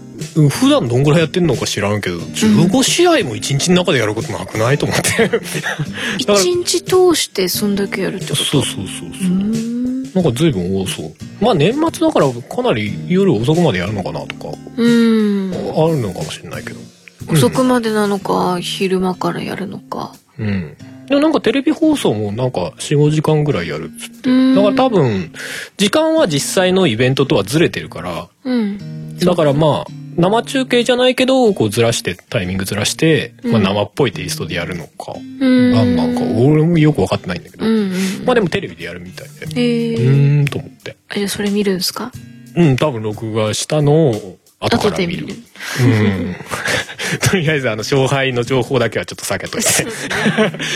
Speaker 1: 普段どんぐらいやってんのか知らんけど、15試合も1日の中でやることなくないと思って。だから
Speaker 2: 一日通してそんだけやるってこと
Speaker 1: そうそうそうそう。
Speaker 2: うーん
Speaker 1: なんか随分多そう。まあ年末だからかなり夜遅くまでやるのかなとか、
Speaker 2: うん
Speaker 1: あるのかもしれないけど。
Speaker 2: 遅くまでなのか昼間からやるのか
Speaker 1: うん。でもなんかテレビ放送もなんか4、5時間ぐらいやるっつって
Speaker 2: だ
Speaker 1: だから多分、時間は実際のイベントとはずれてるから、
Speaker 2: うん
Speaker 1: だからまあ、生中継じゃないけど、こうずらして、タイミングずらして、ま
Speaker 2: う
Speaker 1: あ
Speaker 2: ん
Speaker 1: 生っぽいテイストでやるのか、
Speaker 2: うん
Speaker 1: なんなんか、俺もよくわかってないんだけど
Speaker 2: う、んうん
Speaker 1: まあでもテレビでやるみたいで、
Speaker 2: え
Speaker 1: う
Speaker 2: ー
Speaker 1: ーんと思って。
Speaker 2: じゃあそれ見るんすか
Speaker 1: うん、多分録画したのを後
Speaker 2: 後
Speaker 1: から
Speaker 2: で
Speaker 1: 見
Speaker 2: 見
Speaker 1: る
Speaker 2: る。
Speaker 1: うん。 [laughs] とりあえずあの、勝敗の情報だけはちょっと避けといて。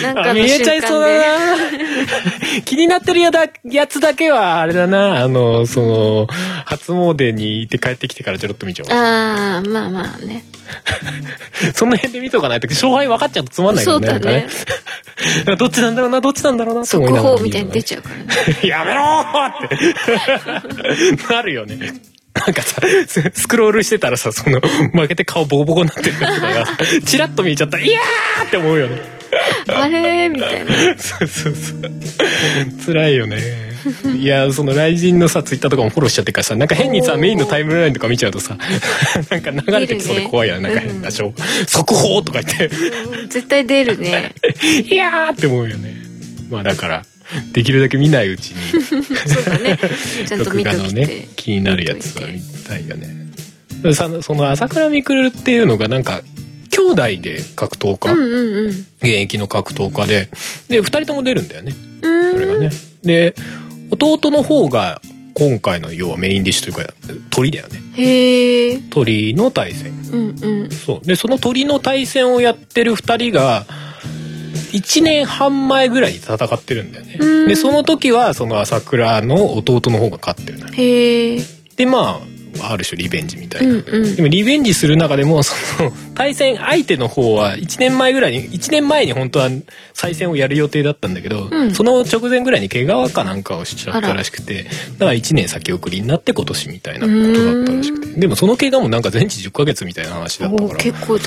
Speaker 2: なん
Speaker 1: あ
Speaker 2: か
Speaker 1: 見
Speaker 2: の
Speaker 1: えちゃいそう
Speaker 2: 瞬間
Speaker 1: だな [laughs] 気になってるやだやつだけはあれだなあのその初詣に行って帰ってきてからちょろっと見ちゃ
Speaker 2: で
Speaker 1: お
Speaker 2: ああまあまあね
Speaker 1: うその辺で見とかないと勝敗分かっちゃうとつまんない
Speaker 2: そ
Speaker 1: よ
Speaker 2: う
Speaker 1: ね [laughs]
Speaker 2: だね
Speaker 1: なんかねどっちなんだろうなどっちなんだろうなと
Speaker 2: 速
Speaker 1: 思いながら
Speaker 2: 報みたいに出ちゃうからね
Speaker 1: [laughs] やめろーってなるよね。なんかさ、ススクロールしてたらさ、その、負けて顔ボコボコになってるやつが、チラッと見えちゃったら、いやーって思うよね。
Speaker 2: あれーみたいな
Speaker 1: そうそうそう。辛いよね。いや、その雷神のさ、ツイッターとかもフォローしちゃってるからさ、なんか変にさ、
Speaker 2: おー
Speaker 1: メインのタイムラインとか見ちゃうとさ、なんか流れてきそうで怖いよね。
Speaker 2: 見
Speaker 1: なん
Speaker 2: る
Speaker 1: か
Speaker 2: ね
Speaker 1: 変なしょ、速報とか言っ
Speaker 2: うん絶対出るね
Speaker 1: て、いやーって思うよね。まあだから、できるだけ見ないうちに。
Speaker 2: そうだねちゃんと見
Speaker 1: 録画
Speaker 2: と
Speaker 1: の
Speaker 2: き
Speaker 1: ね
Speaker 2: て
Speaker 1: 気になるやつは見たいよねさその朝倉未来っていうのがなんか兄弟で格闘
Speaker 2: う
Speaker 1: 家、
Speaker 2: んうんうん
Speaker 1: 現役の格闘家でで2人とも出るんだよね
Speaker 2: う
Speaker 1: それがねで弟の方が今回の要はメインディッシュというか鳥だよね
Speaker 2: んへえ
Speaker 1: 鳥の対戦
Speaker 2: うんうん
Speaker 1: そうでその鳥の対戦をやってる2人が1年半前ぐらいに戦ってるんだよね
Speaker 2: うん
Speaker 1: でその時はその朝倉の弟の方が勝ってるのよ
Speaker 2: へえ
Speaker 1: でまあある種リベンジみた
Speaker 2: う
Speaker 1: いな、
Speaker 2: んうん
Speaker 1: でもリベンジする中でもその対戦相手の方は1年前ぐらいに1年前に本当は再戦をやる予定だったんだけど、
Speaker 2: うん
Speaker 1: その直前ぐらいに怪我かなんかをしちゃったらしくてだから1年先送りになって今年みたいなことだったらしくてでもその怪我もなんか全治10ヶ月みたいな話だった
Speaker 2: お
Speaker 1: から
Speaker 2: ー結構だ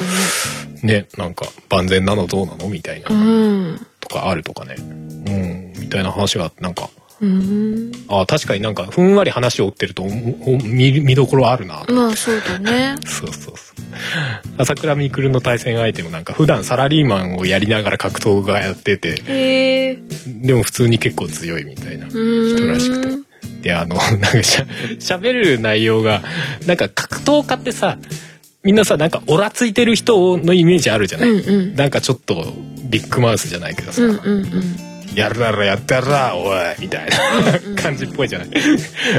Speaker 2: ね
Speaker 1: ねなんか万全なのどうなのみたいな
Speaker 2: うん
Speaker 1: とかあるとかねうんみたいな話がなんか
Speaker 2: うん
Speaker 1: あ確かになんかふんわり話を追ってるとおお見見どころあるなと
Speaker 2: まあそうだね
Speaker 1: そうそうそう朝倉未来の対戦相手もなんか普段サラリーマンをやりながら格闘がやってて
Speaker 2: へえ
Speaker 1: でも普通に結構強いみたいな
Speaker 2: うん
Speaker 1: 人らしくてであのなんかしゃ喋る内容がなんか格闘家ってさみんなさなんかオラついてる人のイメージあるじゃない、
Speaker 2: うんうん
Speaker 1: なんかちょっとビッグマウスじゃないけどさ、
Speaker 2: うんうんうん
Speaker 1: やるならやったらおいみたいな感じっぽいじゃ [laughs] ない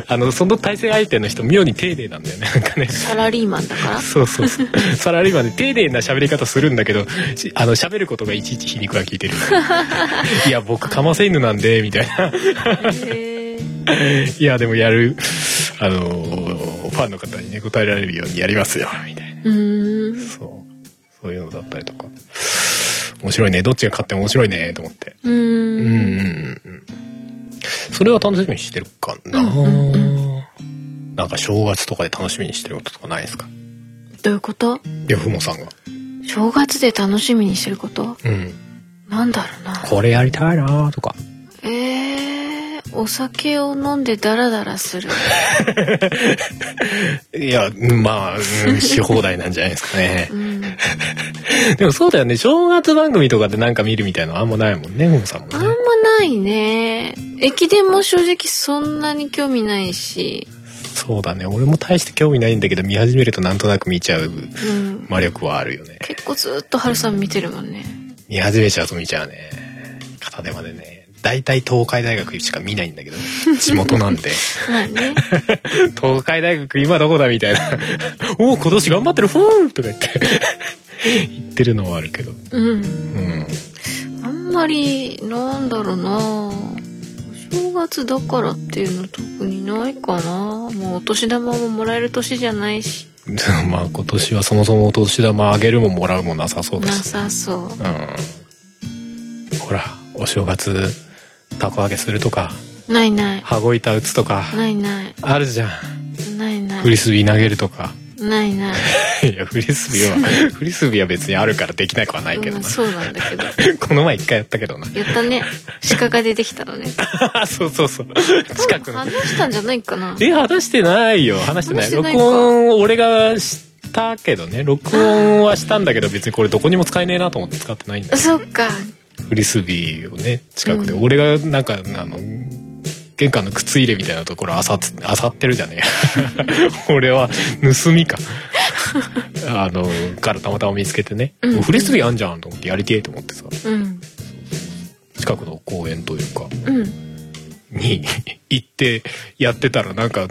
Speaker 1: あのその対戦相手の人妙に丁寧なんだよねなんかね
Speaker 2: サラリーマンだから
Speaker 1: そうそうそうサラリーマンで丁寧な喋り方するんだけどしあの喋ることがいちいち皮肉が効いて
Speaker 2: [laughs]
Speaker 1: るいや僕かませ犬なんでみたいな
Speaker 2: へえ
Speaker 1: いやでもやるあのーファンの方にね答えられるようにやりますよみたいな
Speaker 2: うん
Speaker 1: そうそういうのだったりとか面白いねどっちが勝っても面白いねと思って
Speaker 2: う
Speaker 1: うん
Speaker 2: ん
Speaker 1: うんうんそれは楽しみにしてるかな、
Speaker 2: うんう
Speaker 1: なんか正月とかで楽しみにしてることとかないですか
Speaker 2: どういうこと
Speaker 1: ヤフモさんが
Speaker 2: 正月で楽しみにしてること
Speaker 1: うん
Speaker 2: なんだろうな
Speaker 1: これやりたいなとか
Speaker 2: えー、お酒を飲んでダラダラする
Speaker 1: いやまあ、うん、し放題なんじゃないですかね
Speaker 2: うん
Speaker 1: [laughs] でもそうだよね正月番組とかでなんか見るみたいのあんまないもんねふもさんも
Speaker 2: あん
Speaker 1: ね
Speaker 2: まないね駅伝も正直そんなに興味ないし
Speaker 1: そうだね俺も大して興味ないんだけど見始めるとなんとなく見ちゃう
Speaker 2: うん
Speaker 1: 魔力はあるよね
Speaker 2: 結構ずっと春さん見てるもんね
Speaker 1: 見始めちゃうと見ちゃうね片手までね大体東海大学しか見ないんだけど、ね、地元なん [laughs] で
Speaker 2: まあね
Speaker 1: 東海大学今どこだみたいな「おお今年頑張ってるふーん!」とか言って言ってるのはあるけど
Speaker 2: うん
Speaker 1: うん
Speaker 2: あんまりなんだろうなお正月だからっていうの特にないかなもうお年玉ももらえる年じゃないし
Speaker 1: [laughs] まあ今年はそもそもお年玉あげるももらうもなさそうで
Speaker 2: な
Speaker 1: す
Speaker 2: さそう
Speaker 1: うんほらお正月たこ揚げするとか
Speaker 2: ないない
Speaker 1: 羽子板打つとか
Speaker 2: ないない
Speaker 1: あるじゃん
Speaker 2: ないな
Speaker 1: フ
Speaker 2: い
Speaker 1: リスビー投げるとか [laughs]
Speaker 2: ないない
Speaker 1: いやフリスビー
Speaker 2: [laughs]
Speaker 1: はフリスビーは別にあるからできなくはないけど
Speaker 2: う、
Speaker 1: なん
Speaker 2: そうなんだけど
Speaker 1: この前一回やったけどな [laughs]
Speaker 2: やったね鹿が出てきたのね
Speaker 1: そうそうそう近くの
Speaker 2: 話したんじゃないかな
Speaker 1: え話してないよ話してない
Speaker 2: 話してない
Speaker 1: 録
Speaker 2: か
Speaker 1: 音を俺がしたけどね録音はしたんだけど別にこれどこにも使えねえなと思って使ってないんだよ
Speaker 2: そっか
Speaker 1: フリスビーをね近くで、
Speaker 2: う
Speaker 1: 俺がなんかあの玄関の靴入れみたいなところあさつあさってるじゃねえ
Speaker 2: [laughs]
Speaker 1: 俺は盗みかあのからたまたま見つけてね、
Speaker 2: うん
Speaker 1: フリスビーあんじゃんと思ってやりてえと思ってさ
Speaker 2: うん
Speaker 1: 近くの公園というか
Speaker 2: うん
Speaker 1: に [laughs] 行ってやってたらなんか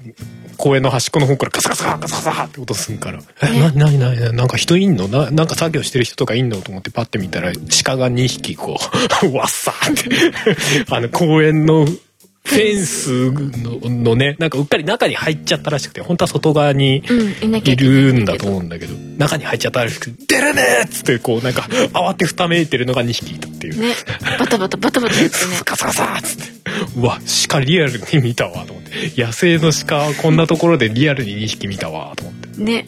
Speaker 1: 公園の端っこの方からガサガサガサガサって音すんから「えななになにななんか人いんのななんか作業してる人とかいんの?」と思ってパッて見たら鹿が2匹こう [laughs] わっさーって
Speaker 2: [laughs]
Speaker 1: あの公園のフェンスののねなんかうっかり中に入っちゃったらしくて本当は外側に。
Speaker 2: うんいなきゃ
Speaker 1: い
Speaker 2: けない
Speaker 1: るんだと思うんだけど中に入っちゃったらしくて「出るね!」っつってこうなんか慌てふためいてるのが2匹いたっていう
Speaker 2: ねバタバタバタバタやってね
Speaker 1: カサカサっつってうわ鹿リアルに見たわと思って野生の鹿はこんなところでリアルに2匹見たわと思って
Speaker 2: ね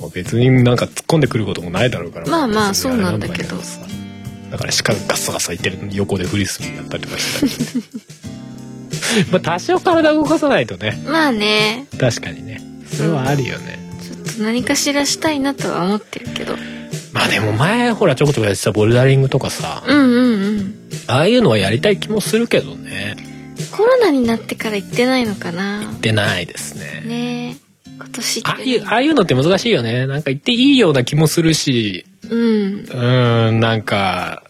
Speaker 1: まあ別になんか突っ込んでくることもないだろうから
Speaker 2: まあまあ
Speaker 1: 別にれ
Speaker 2: そうなんだけど
Speaker 1: さだから鹿がガサガサいってる横でフリスビーやったりとかしてた
Speaker 2: [laughs]
Speaker 1: りしてまあ多少体動かさないとね
Speaker 2: まあね
Speaker 1: 確かにねそれはあるよね、
Speaker 2: ちょっと何かしらしたいなとは思ってるけど
Speaker 1: まあでも前ほらちょこちょこやってたボルダリングとかさ、
Speaker 2: うんうんうん
Speaker 1: ああいうのはやりたい気もするけどね
Speaker 2: コロナになってから行ってないのかな
Speaker 1: でないですね
Speaker 2: ね今年
Speaker 1: あ
Speaker 2: っ
Speaker 1: あ
Speaker 2: て
Speaker 1: いう、ああいうのって難しいよね。なんか言っていいような気もするし、
Speaker 2: うん
Speaker 1: うーん、なんか、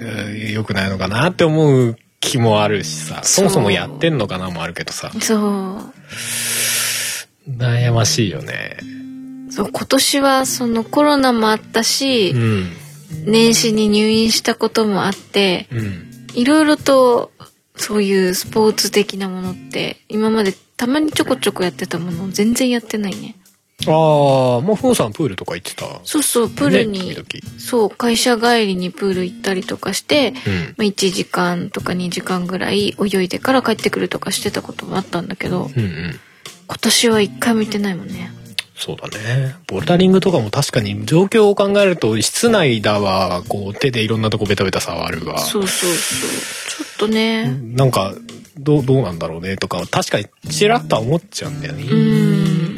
Speaker 1: うん良くないのかなって思う気もあるしさ、そもそもやってんのかなもあるけどさ、
Speaker 2: そう
Speaker 1: 悩ましいよね。
Speaker 2: そう今年はそのコロナもあったし、
Speaker 1: うん。
Speaker 2: 年始に入院したこともあって
Speaker 1: うん。
Speaker 2: いろいろとそういうスポーツ的なものって今までたまにちょこちょこやってたものを全然やってないね
Speaker 1: ああ、もうふうさんプールとか行ってた。
Speaker 2: そうそうプールに、
Speaker 1: ね時
Speaker 2: そう会社帰りにプール行ったりとかして、
Speaker 1: 々
Speaker 2: まあ、1時間とか2時間ぐらい泳いでから帰ってくるとかしてたこともあったんだけど
Speaker 1: うん。うんうん。
Speaker 2: 今年は1回も行ってないもんね
Speaker 1: そうだね。ボルダリングとかも確かに状況を考えると、室内だわ、こう手でいろんなとこベタベタ触るわ。
Speaker 2: そうそうそう。ちょっとね。
Speaker 1: なんか、どう、どうなんだろうねとか、確かにちらっとは思っちゃうんだよね。
Speaker 2: う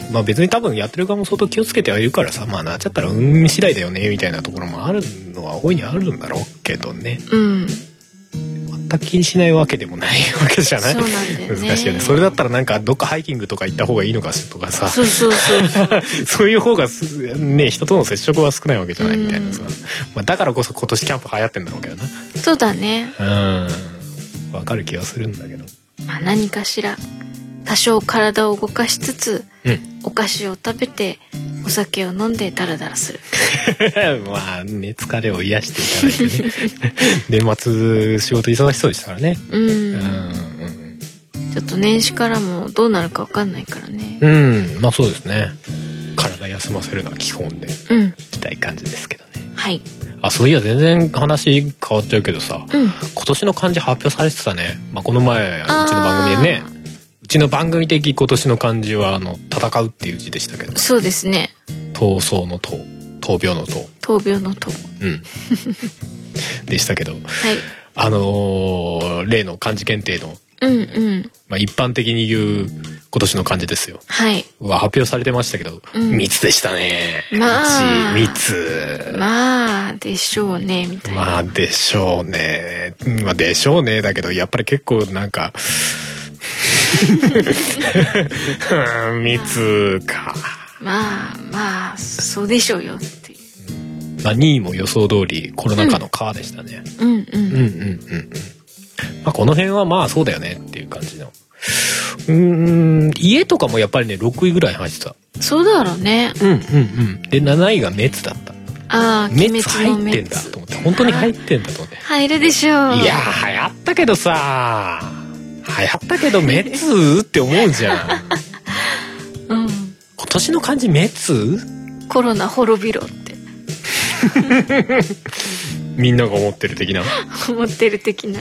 Speaker 2: ん。
Speaker 1: まあ別に多分やってる側も相当気をつけてはいるからさ、まあなっちゃったら運次第だよね、みたいなところもあるのは大いにあるんだろうけどね。
Speaker 2: うん。
Speaker 1: 全く気にしないわけでもないわけじゃない。
Speaker 2: そうなんだよね
Speaker 1: 難しいよね。それだったらなんかどっかハイキングとか行った方がいいのかしとかさ、 [laughs]
Speaker 2: そうそうそうそう。
Speaker 1: そういう方がすね、人との接触は少ないわけじゃないみたいなさ
Speaker 2: うん。
Speaker 1: まあだからこそ今年キャンプ流行ってんだろうけど
Speaker 2: そうだね。
Speaker 1: な。うん。わかる気はするんだけど。
Speaker 2: まあ何かしら、多少体を動かしつつ、
Speaker 1: うん。
Speaker 2: お菓子を食べて、お酒を飲んでダラダラする。
Speaker 1: [laughs] まあね、疲れを癒していただい
Speaker 2: [laughs]
Speaker 1: てね。年末仕事忙しそうでしたからね。
Speaker 2: うん。
Speaker 1: うん
Speaker 2: ちょっと年始からもどうなるかわかんないからね。
Speaker 1: うん、うんまあそうですね体休ませるのは基本でい
Speaker 2: うん。
Speaker 1: きたい感じですけどね
Speaker 2: はい。
Speaker 1: あそういや全然話変わっちゃうけどさ
Speaker 2: うん。
Speaker 1: 今年の漢字発表されてたね、まあ、この前あのうちの番組でね
Speaker 2: あ
Speaker 1: うちの番組的今年の漢字はあの戦うっていう字でしたけど
Speaker 2: そうですね。
Speaker 1: 闘争の闘闘病の闘
Speaker 2: 闘病の闘。
Speaker 1: うん
Speaker 2: [laughs]
Speaker 1: でしたけど
Speaker 2: はい。
Speaker 1: あのー例の漢字検定の、
Speaker 2: うんうん。
Speaker 1: まあ、一般的に言う今年の漢字ですよ
Speaker 2: はい。
Speaker 1: は発表されてましたけど、
Speaker 2: うん
Speaker 1: 密でしたね。
Speaker 2: まあ
Speaker 1: 密密。
Speaker 2: まあ、でしょうね、みたいな。
Speaker 1: まあでしょうね。まあでしょうね。だけどやっぱり結構なんか、 [laughs] うん密か。
Speaker 2: まあ、まあ、そうでしょうよ、っていう。
Speaker 1: まあ2位も予想通りコロナ禍のカーでしたね。
Speaker 2: うんう
Speaker 1: うん
Speaker 2: ん。
Speaker 1: うんうんうん。まあこの辺はまあそうだよねっていう感じの。うーん、家とかもやっぱりね、6位ぐらい入ってた。
Speaker 2: そうだろうね。
Speaker 1: うんうんうん。で、7位が滅だった。
Speaker 2: ああ、
Speaker 1: メッ
Speaker 2: 鬼
Speaker 1: ツ
Speaker 2: 滅の
Speaker 1: 入っ
Speaker 2: メ
Speaker 1: て
Speaker 2: ッ
Speaker 1: んだと
Speaker 2: ツ。
Speaker 1: 思って本当に入ってんだと思って
Speaker 2: 入るでしょう。
Speaker 1: いやー流行ったけどさ流行ったけどメッツって思うじゃん
Speaker 2: うん。
Speaker 1: 今年の漢字メッツ
Speaker 2: コロナ滅びろって
Speaker 1: みんなが思ってる的な
Speaker 2: 思ってる的な。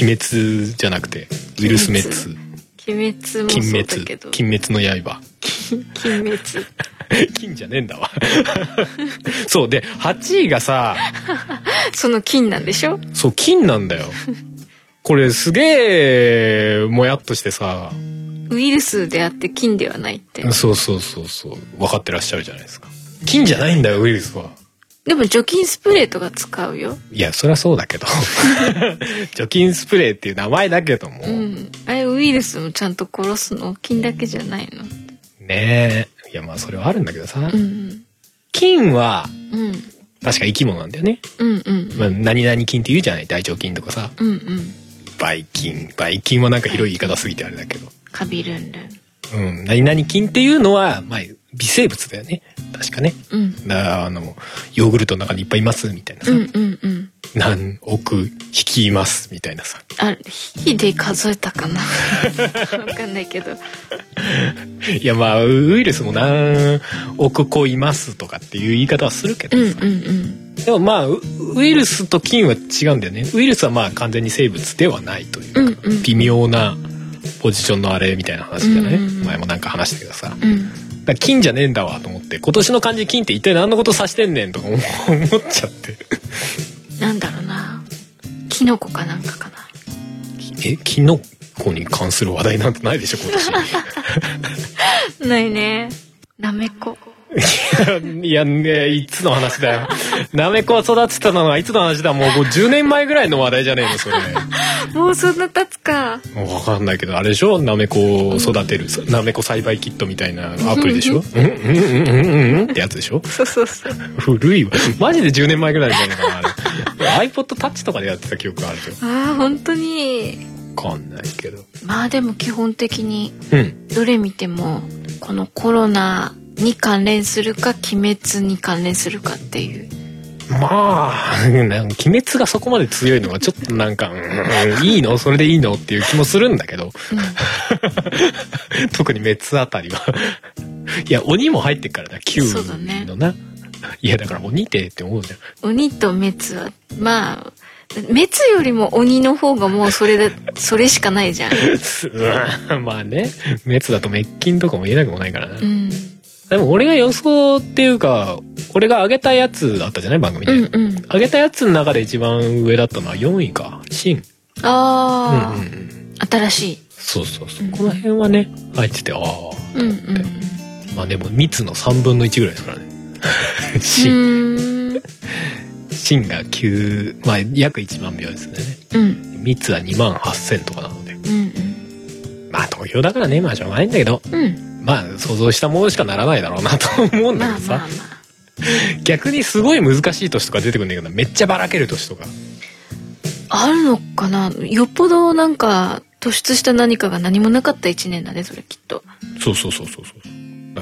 Speaker 1: 鬼滅じゃなくてウイルスメッツ
Speaker 2: 鬼滅
Speaker 1: 金
Speaker 2: もそう
Speaker 1: 滅
Speaker 2: だけど。
Speaker 1: 金滅の刃
Speaker 2: 金滅。
Speaker 1: [laughs] 金じゃねえんだわそうで8位がさ
Speaker 2: その金なんでしょ
Speaker 1: そう金なんだよこれすげえもやっとしてさ
Speaker 2: ウイルスであって金ではないって。
Speaker 1: そうそうそうそう分かってらっしゃるじゃないですか金じゃないんだよウイルスは
Speaker 2: でも除菌スプレーとか使うよ。
Speaker 1: いやそりゃそうだけど [laughs] 除菌スプレーっていう名前だけども、
Speaker 2: うん。あれウイルスもちゃんと殺すの菌だけじゃないの。
Speaker 1: ねえいやまあそれはあるんだけどさ、
Speaker 2: うん
Speaker 1: 菌は
Speaker 2: うん。うん。
Speaker 1: 確か生き物なんだよね、
Speaker 2: うんうん。
Speaker 1: まあ、何々菌って言うじゃない大腸菌とかさ
Speaker 2: うんうん。
Speaker 1: ばい菌ばい菌はなんか広い言い方すぎてあれだけど、
Speaker 2: カビルンルン。
Speaker 1: うん、何々菌っていうのは、まあ、微生物だよね確かね
Speaker 2: うん。
Speaker 1: だからあのヨーグルトの中にいっぱいいますみたいなさ、
Speaker 2: うんうんうん。
Speaker 1: 何億匹いますみたいなさ
Speaker 2: あ、火で数えたかな。 [laughs] わかんないけど。
Speaker 1: いやまあウイルスも何億個いますとかっていう言い方はするけ
Speaker 2: う
Speaker 1: ど
Speaker 2: ん
Speaker 1: さ、
Speaker 2: うんうん。
Speaker 1: でもまあウウイルスと菌は違うんだよねウイルスはまあ完全に生物ではないというか、
Speaker 2: うんうん
Speaker 1: 微妙なポジションのあれみたいな話じゃない、
Speaker 2: うんうんうん
Speaker 1: 前もなんか話したけどさだか
Speaker 2: うん。
Speaker 1: ら菌じゃねえんだわと思って今年の漢字菌って一体何のこと指してんねんとか思思っちゃって
Speaker 2: なんだろうな。キノコかなんかかな。
Speaker 1: えキノコに関する話題なんてないでしょ今年。
Speaker 2: ないね。なめこ。
Speaker 1: いや、ね、いつの話だよ。なめこは育てたのはいつの話だもうもう10年前ぐらいの話題じゃねえの、それ。
Speaker 2: もうそんな経つか。
Speaker 1: もうわかんないけど、あれでしょなめこを育てる、なめこ栽培キットみたいなアプリでしょうんうんうんうんうんってやつでしょ
Speaker 2: そうそうそう。
Speaker 1: 古いわ。マジで10年前ぐらいじゃないかな、あれ。iPod Touch とかでやってた記憶あるよ。
Speaker 2: ああ、本当に。
Speaker 1: わかんないけど。
Speaker 2: まあでも基本的に、
Speaker 1: うん。
Speaker 2: どれ見ても、このコロナに関連するか、鬼滅に関連するかっていう。
Speaker 1: まあ、なんか鬼滅がそこまで強いのはちょっとなんか、うんいいのそれでいいのっていう気もするんだけど。特にメッツあたりはいや鬼も入ってっからな
Speaker 2: そうだね
Speaker 1: 9のな、いやだから鬼でって思うじゃん
Speaker 2: うん。鬼と滅は、まあ、滅よりも鬼の方がもうそれだ、それしかないじゃん。
Speaker 1: [laughs] うわまあねメッツだと滅菌とかも言えなくもないからな、
Speaker 2: うん。
Speaker 1: でも俺が予想っていうか俺が上げたやつだったじゃない番組で、
Speaker 2: うんうん
Speaker 1: 上げたやつの中で一番上だったのは4位かシン
Speaker 2: ああ、
Speaker 1: うんうんうん
Speaker 2: 新しい
Speaker 1: そうそうそううんこの辺はね入っててああ
Speaker 2: うんうんうん
Speaker 1: まあでも密の3分の1ぐらいですからね [laughs] シン
Speaker 2: うーん
Speaker 1: シンが9まあ約1万票ですね
Speaker 2: うん
Speaker 1: 密は2万8000とかなので
Speaker 2: うん
Speaker 1: まあ投票だからねまあしょうがないんだけど
Speaker 2: うんうん
Speaker 1: まあ想像したものしかならないだろうなと思うんだけ
Speaker 2: まあ
Speaker 1: どさ、
Speaker 2: まあまあ
Speaker 1: 逆にすごい難しい年とか出てくるんだけどめっちゃばらける年とか
Speaker 2: あるのかなよっぽどなんか突出した何かが何もなかった一年だねそれきっと
Speaker 1: そうそうそうそうそ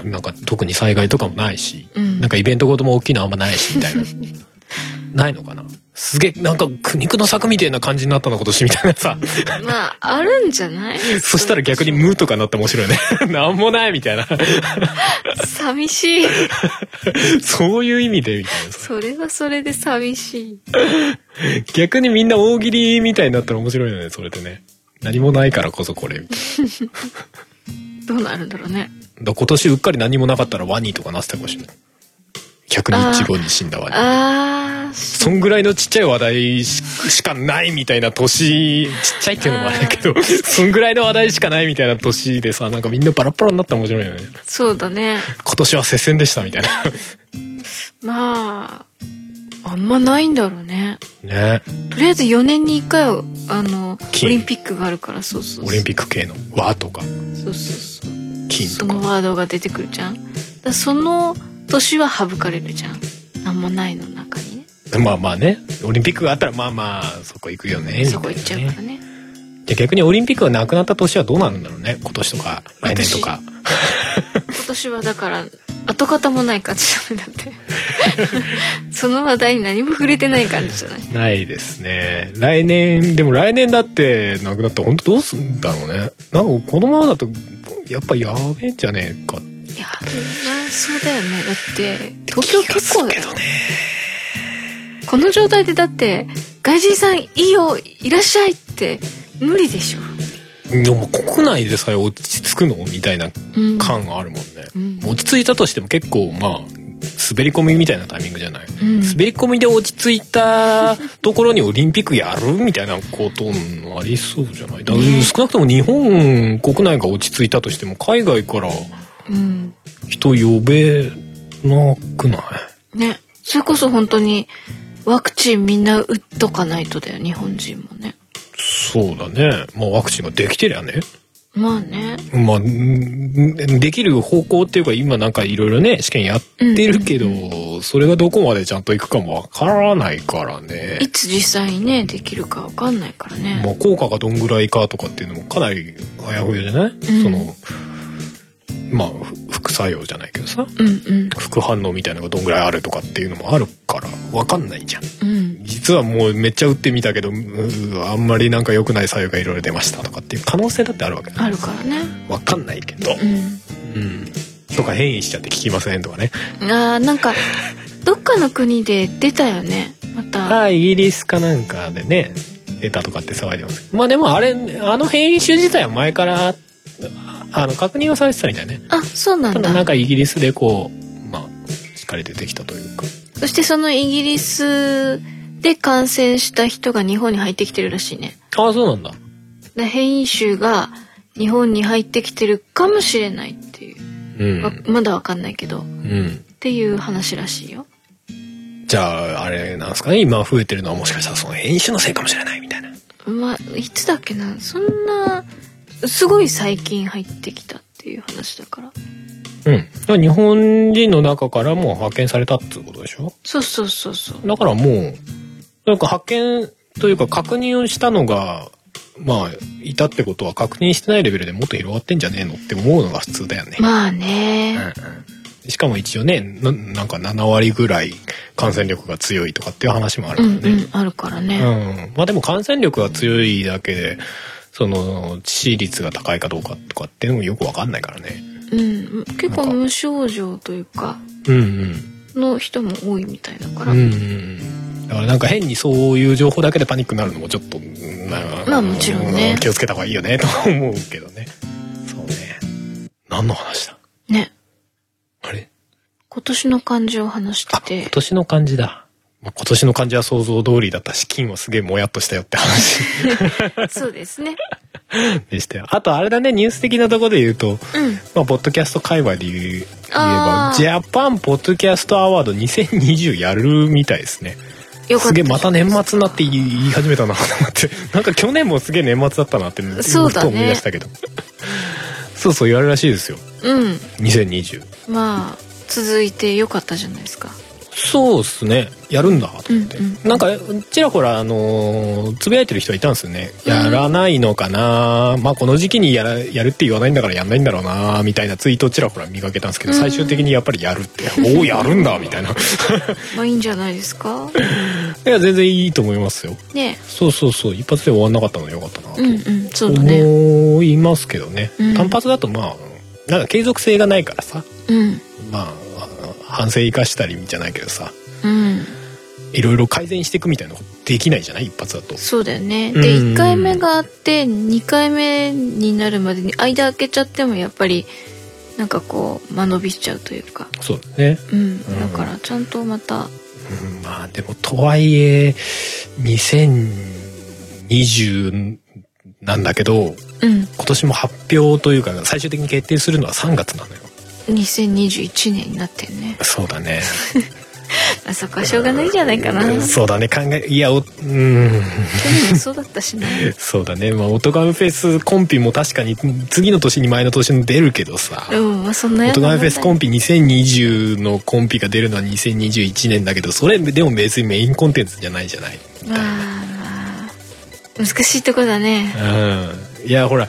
Speaker 1: うななんか特に災害とかもないし、
Speaker 2: うん
Speaker 1: なんかイベントごとも大きいのあんまないしみ [laughs] たいなないのかなすげえなんか苦肉の策みたいな感じになったの今年みたいなさ
Speaker 2: まああるんじゃない
Speaker 1: [laughs] そしたら逆に無とかなって面白いねなんもないみたいな
Speaker 2: 寂しい
Speaker 1: そういう意味でみたいなさ
Speaker 2: それはそれで寂しい
Speaker 1: 逆にみんな大喜利みたいになったら面白いよねそれってね何もないからこそこれみたい
Speaker 2: どうなるんだろうね
Speaker 1: なだ今年うっかり何もなかったらワニとかなってたかもしれない100日後に死んだワニ
Speaker 2: ああ
Speaker 1: そんぐらいのちっちゃい話題ししかないみたいな年、ちっちゃいっていうのもあれだけど、そんぐらいの話題しかないみたいな年でさ、なんかみんなバラッバラになったら面白いよね。
Speaker 2: そうだね
Speaker 1: 今年は接戦でしたみたい
Speaker 2: まああんまないんだろうね
Speaker 1: な。ね
Speaker 2: とりあえず4年に1回はあのオ
Speaker 1: 金
Speaker 2: リンピックがあるからそうそうそう
Speaker 1: オリンピック系の和とか
Speaker 2: そうそうそう
Speaker 1: 金
Speaker 2: そ
Speaker 1: とか。
Speaker 2: のワードが出てくるじゃんだからその年は省かれるじゃんなんもないの中にね
Speaker 1: [laughs] まあまあね、オリンピックがあったらまあまあ、そこ行くよね。みたいなね
Speaker 2: そこ行っちゃうからね
Speaker 1: で逆にオリンピックがなくなった年はどうなるんだろうね。今年とか、来年とか。
Speaker 2: 今年はだから跡形もない感じじゃないだ
Speaker 1: [laughs]
Speaker 2: ってその話題に何も触れてない感じじゃない
Speaker 1: ないですね。来年、でも来年だってなくなったら本当どうすんだろうね。なんかこのままだと、やっぱやべえんじゃねえか
Speaker 2: いやみんなそうだよねだって東京結構だよ
Speaker 1: ね
Speaker 2: この状態でだって外人さんいいよいらっしゃいって無理でしょ、
Speaker 1: でも国内でさえ落ち着くのみたいな
Speaker 2: うん、
Speaker 1: 感があるもんね、
Speaker 2: うん
Speaker 1: 落ち着いたとしても結構まあ滑り込みみたいなタイミングじゃない、
Speaker 2: うん
Speaker 1: 滑り込みで落ち着いたところにオリンピックやるみたいなこともありそうじゃないだから
Speaker 2: ね
Speaker 1: 少なくとも日本国内が落ち着いたとしても海外から
Speaker 2: うん
Speaker 1: 人呼べなくない
Speaker 2: ねそれこそ本当にワクチンみんな打っとかないとだよ日本人もね
Speaker 1: そうだねまあワクチンができてりゃね
Speaker 2: まあね
Speaker 1: まあ、んできる方向っていうか今なんかいろいろね試験やってるけど、それがどこまでちゃんといくかもわからないからね
Speaker 2: い、つ実際にねできるかわかんないからね、
Speaker 1: まあ、効果がどんぐらいかとかっていうのもかなりあやふやじゃない、
Speaker 2: ん
Speaker 1: そのまあふ副作用じゃないけどさ
Speaker 2: うんうん
Speaker 1: 副反応みたいなのがどんぐらいあるとかっていうのもあるからわかんないじゃん
Speaker 2: うん
Speaker 1: 実はもうめっちゃ打ってみたけどうーあんまりなんか良くない作用がいろいろ出ましたとかっていう可能性だってあるわけ
Speaker 2: あるからね
Speaker 1: わかんないけど、
Speaker 2: う
Speaker 1: うん、とか変異しちゃって聞きませんとかね
Speaker 2: んあーなんかどっかの国で出たよねまた
Speaker 1: あイギリスかなんかでね出たとかって騒いでますけどまあでもあれあの変異種自体は前からああの確認はされてたみたいね
Speaker 2: あそうな
Speaker 1: た
Speaker 2: ん
Speaker 1: だなん
Speaker 2: だ
Speaker 1: かイギリスでこうまあしっかり出てきたというか
Speaker 2: そしてそのイギリスで感染した人が日本に入ってきてるらしいね
Speaker 1: ああそうなんだ
Speaker 2: で変異種が日本に入ってきてるかもしれないっていう
Speaker 1: う
Speaker 2: わ
Speaker 1: ん、
Speaker 2: まだわかんないけどっ
Speaker 1: うん、
Speaker 2: ていう話らしいよ
Speaker 1: じゃああれなんですかね今増えてるのはもしかしたらその変異種のせいかもしれないみたいな
Speaker 2: まあいつだっけなそんなすごい最近入ってきたっていう話だから
Speaker 1: うんだから日本人の中からも発見されたっていうことでしょ
Speaker 2: そうそうそうそう
Speaker 1: だからもう、なんか発見というか確認をしたのが、まあ、いたってことは確認してないレベルでもっと広がってんじゃねえのって思うのが普通だよね。
Speaker 2: まあ
Speaker 1: うん
Speaker 2: ね
Speaker 1: うんしかも一応ねな、なんか7割ぐらい感染力が強いとかっていう話もある
Speaker 2: う
Speaker 1: も
Speaker 2: ん
Speaker 1: ん
Speaker 2: う
Speaker 1: ね。
Speaker 2: んあるから
Speaker 1: う
Speaker 2: ね、
Speaker 1: ん。まあでも感染力が強いだけで、その、致死率が高いかどうかとかっていうのもよくわかんないからね。
Speaker 2: うん、
Speaker 1: な
Speaker 2: 結
Speaker 1: ん
Speaker 2: 構
Speaker 1: か
Speaker 2: 無症状というか
Speaker 1: うんうん。
Speaker 2: の人も多いみたいだか
Speaker 1: う
Speaker 2: ら、
Speaker 1: んうんうん。だからなんか変にそういう情報だけでパニックになるのもちょっとま
Speaker 2: まあもちろんね
Speaker 1: 気をつけた方がいいよねと思うけどねそうね何の話だ
Speaker 2: ね
Speaker 1: あれ
Speaker 2: 今年の漢字を話して
Speaker 1: あ、
Speaker 2: て
Speaker 1: 今年の漢字だ。まあ今年の漢字は想像通りだったし、金はすげえもやっとしたよって話 [laughs]
Speaker 2: そうですね
Speaker 1: でしたよ。あとあれだね、ニュース的なところで言うと、
Speaker 2: うん
Speaker 1: まあ、ポッドキャスト界隈で言う言えば
Speaker 2: あ、ー
Speaker 1: ジャパンポッドキャストアワード2020やるみたいですね。
Speaker 2: よかった
Speaker 1: すげえまた年末になって言い言い始めたなと思って [laughs] なんか去年もすげえ年末だったなって
Speaker 2: そうだね
Speaker 1: ふと思い出したけどそうそう言われるらしいですよ
Speaker 2: うん
Speaker 1: 2020
Speaker 2: まあ続いてよかったじゃないですか
Speaker 1: そうっすねやるんだと思って、
Speaker 2: うん
Speaker 1: なんかちらほらあのーつぶやいてる人はいたんですよね
Speaker 2: うん
Speaker 1: やらないのかな、まあこの時期にやらやるって言わないんだからやんないんだろうなみたいなツイートをちらほら見かけたんですけど、
Speaker 2: うん
Speaker 1: 最終的にやっぱりやるっておおやるんだみたいない
Speaker 2: まあいいんじゃないですか
Speaker 1: や全然いいと思いますよ
Speaker 2: ね
Speaker 1: そうそうそう一発で終わんなかったのでよかったなと
Speaker 2: うんうんそうだね
Speaker 1: 思いますけどね、
Speaker 2: うん
Speaker 1: 単発だとまあなんか継続性がないからさ
Speaker 2: うん
Speaker 1: まああ反省生かしたりじゃないけどさ
Speaker 2: うん
Speaker 1: いろいろ改善していくみたいなことできないじゃない一発だと
Speaker 2: そうだよね
Speaker 1: うん
Speaker 2: で1回目があって2回目になるまでに間開けちゃってもやっぱりなんかこう間延びしちゃうというか
Speaker 1: そうだね、
Speaker 2: うん
Speaker 1: ん
Speaker 2: だからちゃんとまた
Speaker 1: うん、まあでもとはいえ2020なんだけど
Speaker 2: うん
Speaker 1: 今年も発表というか最終的に決定するのは3月なのよ
Speaker 2: 2021年になってんね
Speaker 1: そうだね
Speaker 2: あそこはしょうがないんじゃないかな去
Speaker 1: うん
Speaker 2: 年
Speaker 1: そうだね考えいやおうん
Speaker 2: もそうだったしな
Speaker 1: そうだねまあオトガメフェスコンピも確かに次の年に前の年に出るけどさ、
Speaker 2: うんまあそんな
Speaker 1: オ
Speaker 2: よう
Speaker 1: ト
Speaker 2: な
Speaker 1: ガメ
Speaker 2: もん
Speaker 1: フ
Speaker 2: だ
Speaker 1: ェスコンピ2020のコンピが出るのは2021年だけどそれでも別にメインコンテンツじゃないじゃないみ
Speaker 2: ま
Speaker 1: たい
Speaker 2: あまあ難しいとこだね
Speaker 1: なうんいやほら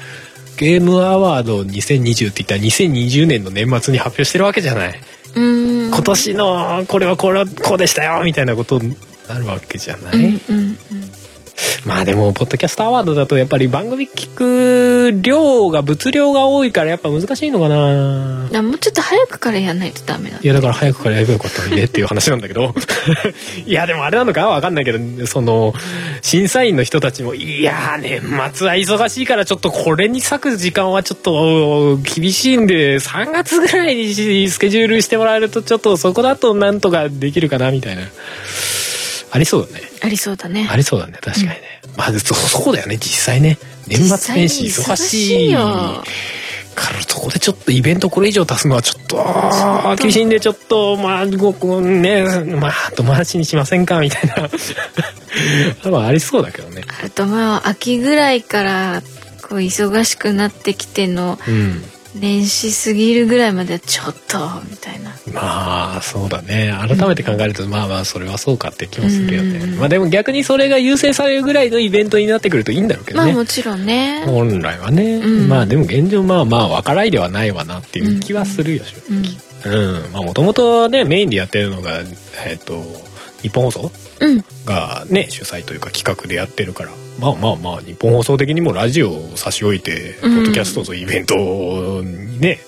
Speaker 1: ゲームアワード2020って言ったら2020年の年末に発表してるわけじゃない
Speaker 2: うん
Speaker 1: 今年のこれはこれはこうでしたよみたいなことになるわけじゃない、
Speaker 2: うんうん
Speaker 1: まあでもポッドキャストアワードだとやっぱり番組聞く量が物量が多いからやっぱ難しいのかな
Speaker 2: うんあもうちょっと早くからやんないとダメだ
Speaker 1: いやだから早くからやればよかったのにねっていう話なんだけどいやでもあれなのかわかんないけどその審査員の人たちもいやー年末は忙しいからちょっとこれに割く時間はちょっと厳しいんで3月ぐらいにスケジュールしてもらえるとちょっとそこだとなんとかできるかなみたいなありそうだね
Speaker 2: ありそうだね
Speaker 1: ありそうだね確かにね、まあそそうだよね実際ね年末年始忙しい
Speaker 2: 実際に忙しいよ
Speaker 1: からそこでちょっとイベントこれ以上足すのはちょっとあー厳しいんでちょっとまあごごねまあ友達にしませんかみたいな [laughs] まあありそうだけどね
Speaker 2: あとまあ秋ぐらいからこう忙しくなってきての
Speaker 1: うん
Speaker 2: 年始過ぎるぐらいまではちょっとみたいな
Speaker 1: まあそうだね改めて考えると、まあまあそれはそうかって気もするよね、
Speaker 2: うん
Speaker 1: まあでも逆にそれが優先されるぐらいのイベントになってくるといいんだろうけど
Speaker 2: まあ
Speaker 1: ね、
Speaker 2: もちろんね
Speaker 1: 本来はね、
Speaker 2: うん
Speaker 1: まあでも現状まあまあ分からいではないわなっていう気はするよ、
Speaker 2: うん
Speaker 1: うんまあもともとねメインでやってるのがえっ、と日本放送
Speaker 2: うん
Speaker 1: がね主催というか企画でやってるからまあまあまあ日本放送的にもラジオを差し置いて、
Speaker 2: うん
Speaker 1: ポッドキャストとイベントにね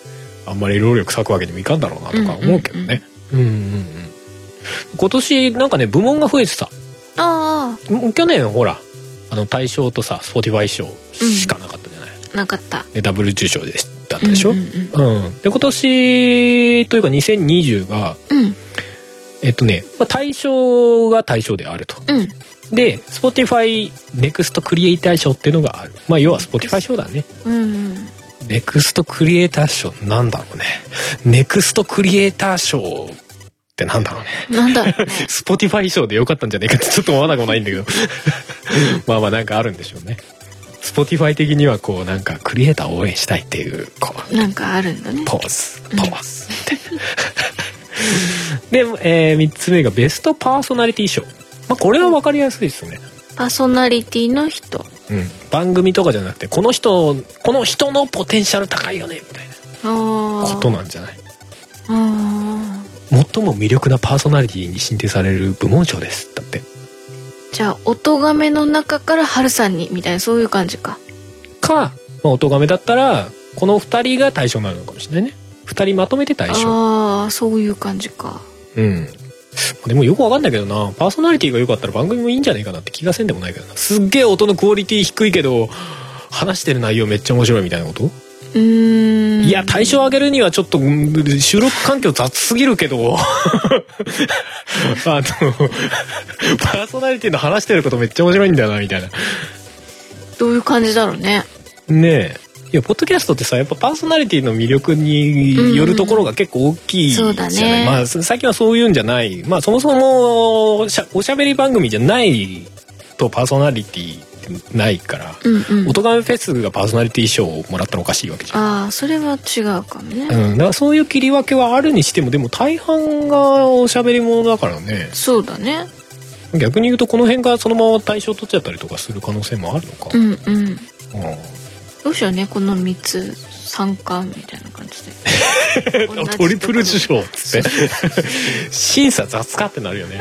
Speaker 1: あんまり労力割くわけにもいかんだろうなとか思うけどね。うんうんうん今年なんかね部門が増えてた
Speaker 2: あ
Speaker 1: 去年ほらあの大賞とさ Spotify 賞しかなかったじゃない、
Speaker 2: あなかった
Speaker 1: でダブル受賞でだったでしょ、
Speaker 2: う
Speaker 1: うんん
Speaker 2: うん
Speaker 1: で今年というか2020が
Speaker 2: うん
Speaker 1: えっとね、まあ、対象が対象であると
Speaker 2: うん
Speaker 1: で Spotify ネクストクリエイター賞っていうのがあるまあ要は Spotify 賞だね
Speaker 2: うんうん
Speaker 1: ネクストクリエイター賞なんだろうねネクストクリエイター賞ってなんだろうね
Speaker 2: なんだろう
Speaker 1: [laughs] Spotify 賞でよかったんじゃねえかって [laughs] ちょっと思わなくもないんだけどまあまあなんかあるんでしょうね Spotify 的にはこうなんかクリエイターを応援したいっていうこう
Speaker 2: なんかあるんだね
Speaker 1: ポーズポーズで、え3つ目がベストパーソナリティ賞、まあ、これは分かりやすいですね、
Speaker 2: パーソナリティの人
Speaker 1: うん、番組とかじゃなくてこの人この人のポテンシャル高いよねみたい
Speaker 2: あ
Speaker 1: な
Speaker 2: あ
Speaker 1: ことなんじゃない
Speaker 2: あ
Speaker 1: 最も魅力なパーソナリティに進定される部門賞ですだって
Speaker 2: ーじゃあ音がめの中から春さんにみたいなそういう感じか
Speaker 1: か、まあ、音がめだったらこの2人が対象になるのかもしれないね2人まとめて対象
Speaker 2: ああそういう感じか
Speaker 1: うん。でもよくわかんないけどな、パーソナリティが良かったら番組もいいんじゃないかなって気がせんでもないけどな。すっげえ音のクオリティ低いけど、話してる内容めっちゃ面白いみたいなこと
Speaker 2: うーん
Speaker 1: いや対象上げるにはちょっとうん収録環境雑すぎるけどあのパーソナリティの話してることめっちゃ面白いんだよなみたいな
Speaker 2: どういう感じだろうね
Speaker 1: ねえいやポッドキャストってさやっぱパーソナリティの魅力によるところが結構大きいじゃな
Speaker 2: うんうんうん
Speaker 1: い、
Speaker 2: そうだね
Speaker 1: まあす最近はそういうんじゃないまあそもそもしゃおしゃべり番組じゃないとパーソナリティってないから
Speaker 2: うんう
Speaker 1: 「
Speaker 2: ん
Speaker 1: オトガメフェス」がパーソナリティ賞をもらったらおかしいわけじゃん。
Speaker 2: ああそれは違うかもね、
Speaker 1: うん、だからそういう切り分けはあるにしてもでも大半がおしゃべりものだからね
Speaker 2: そうだね
Speaker 1: 逆に言うとこの辺がそのまま対象取っちゃったりとかする可能性もあるのか、
Speaker 2: うんうん
Speaker 1: うん
Speaker 2: どうしようねこの3つ3冠みたいな感じ
Speaker 1: [laughs]
Speaker 2: で同じところ
Speaker 1: トリプル受賞っつって審査雑かってなる
Speaker 2: [laughs]
Speaker 1: よね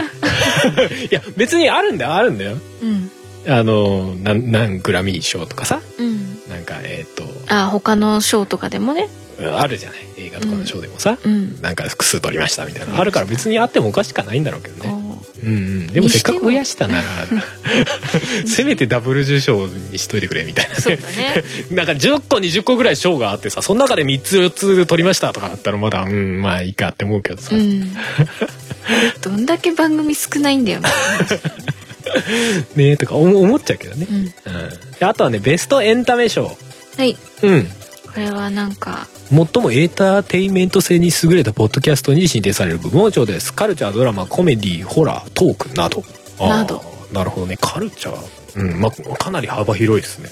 Speaker 1: いや別にあるんだよあるんだよ
Speaker 2: うん
Speaker 1: あのなんなんグラミー賞とかさ
Speaker 2: うん
Speaker 1: なんかえっ、
Speaker 2: あ他の賞とかでもね
Speaker 1: とあるじゃない映画とかの賞でもさ、
Speaker 2: うん
Speaker 1: なんか複数取りましたみたいなのあるから別にあってもおかしくはないんだろうけどね
Speaker 2: こう
Speaker 1: うんうん、でもせっかく増やした
Speaker 2: [laughs]
Speaker 1: ならせめてダブル受賞にしといてくれみ
Speaker 2: [laughs]
Speaker 1: たいな
Speaker 2: そう
Speaker 1: ね
Speaker 2: だね
Speaker 1: なんか10個20個ぐらい賞があってさその中で3つ4つ取りましたとかだったらまだうんまあいいかって思うけどさ、 [laughs]
Speaker 2: うんどんだけ番組少ないんだよね、
Speaker 1: [laughs] ねえとか思思っちゃうけどね
Speaker 2: う、ん、
Speaker 1: うんであとはねベストエンタメ賞
Speaker 2: はい
Speaker 1: うん
Speaker 2: これはなんか
Speaker 1: 最もエンターテインメント性に優れたポッドキャストに認定される部門賞ですカルチャードラマコメディホラートークなどあー
Speaker 2: など
Speaker 1: なるほどねカルチャーうんまあかなり幅広いですね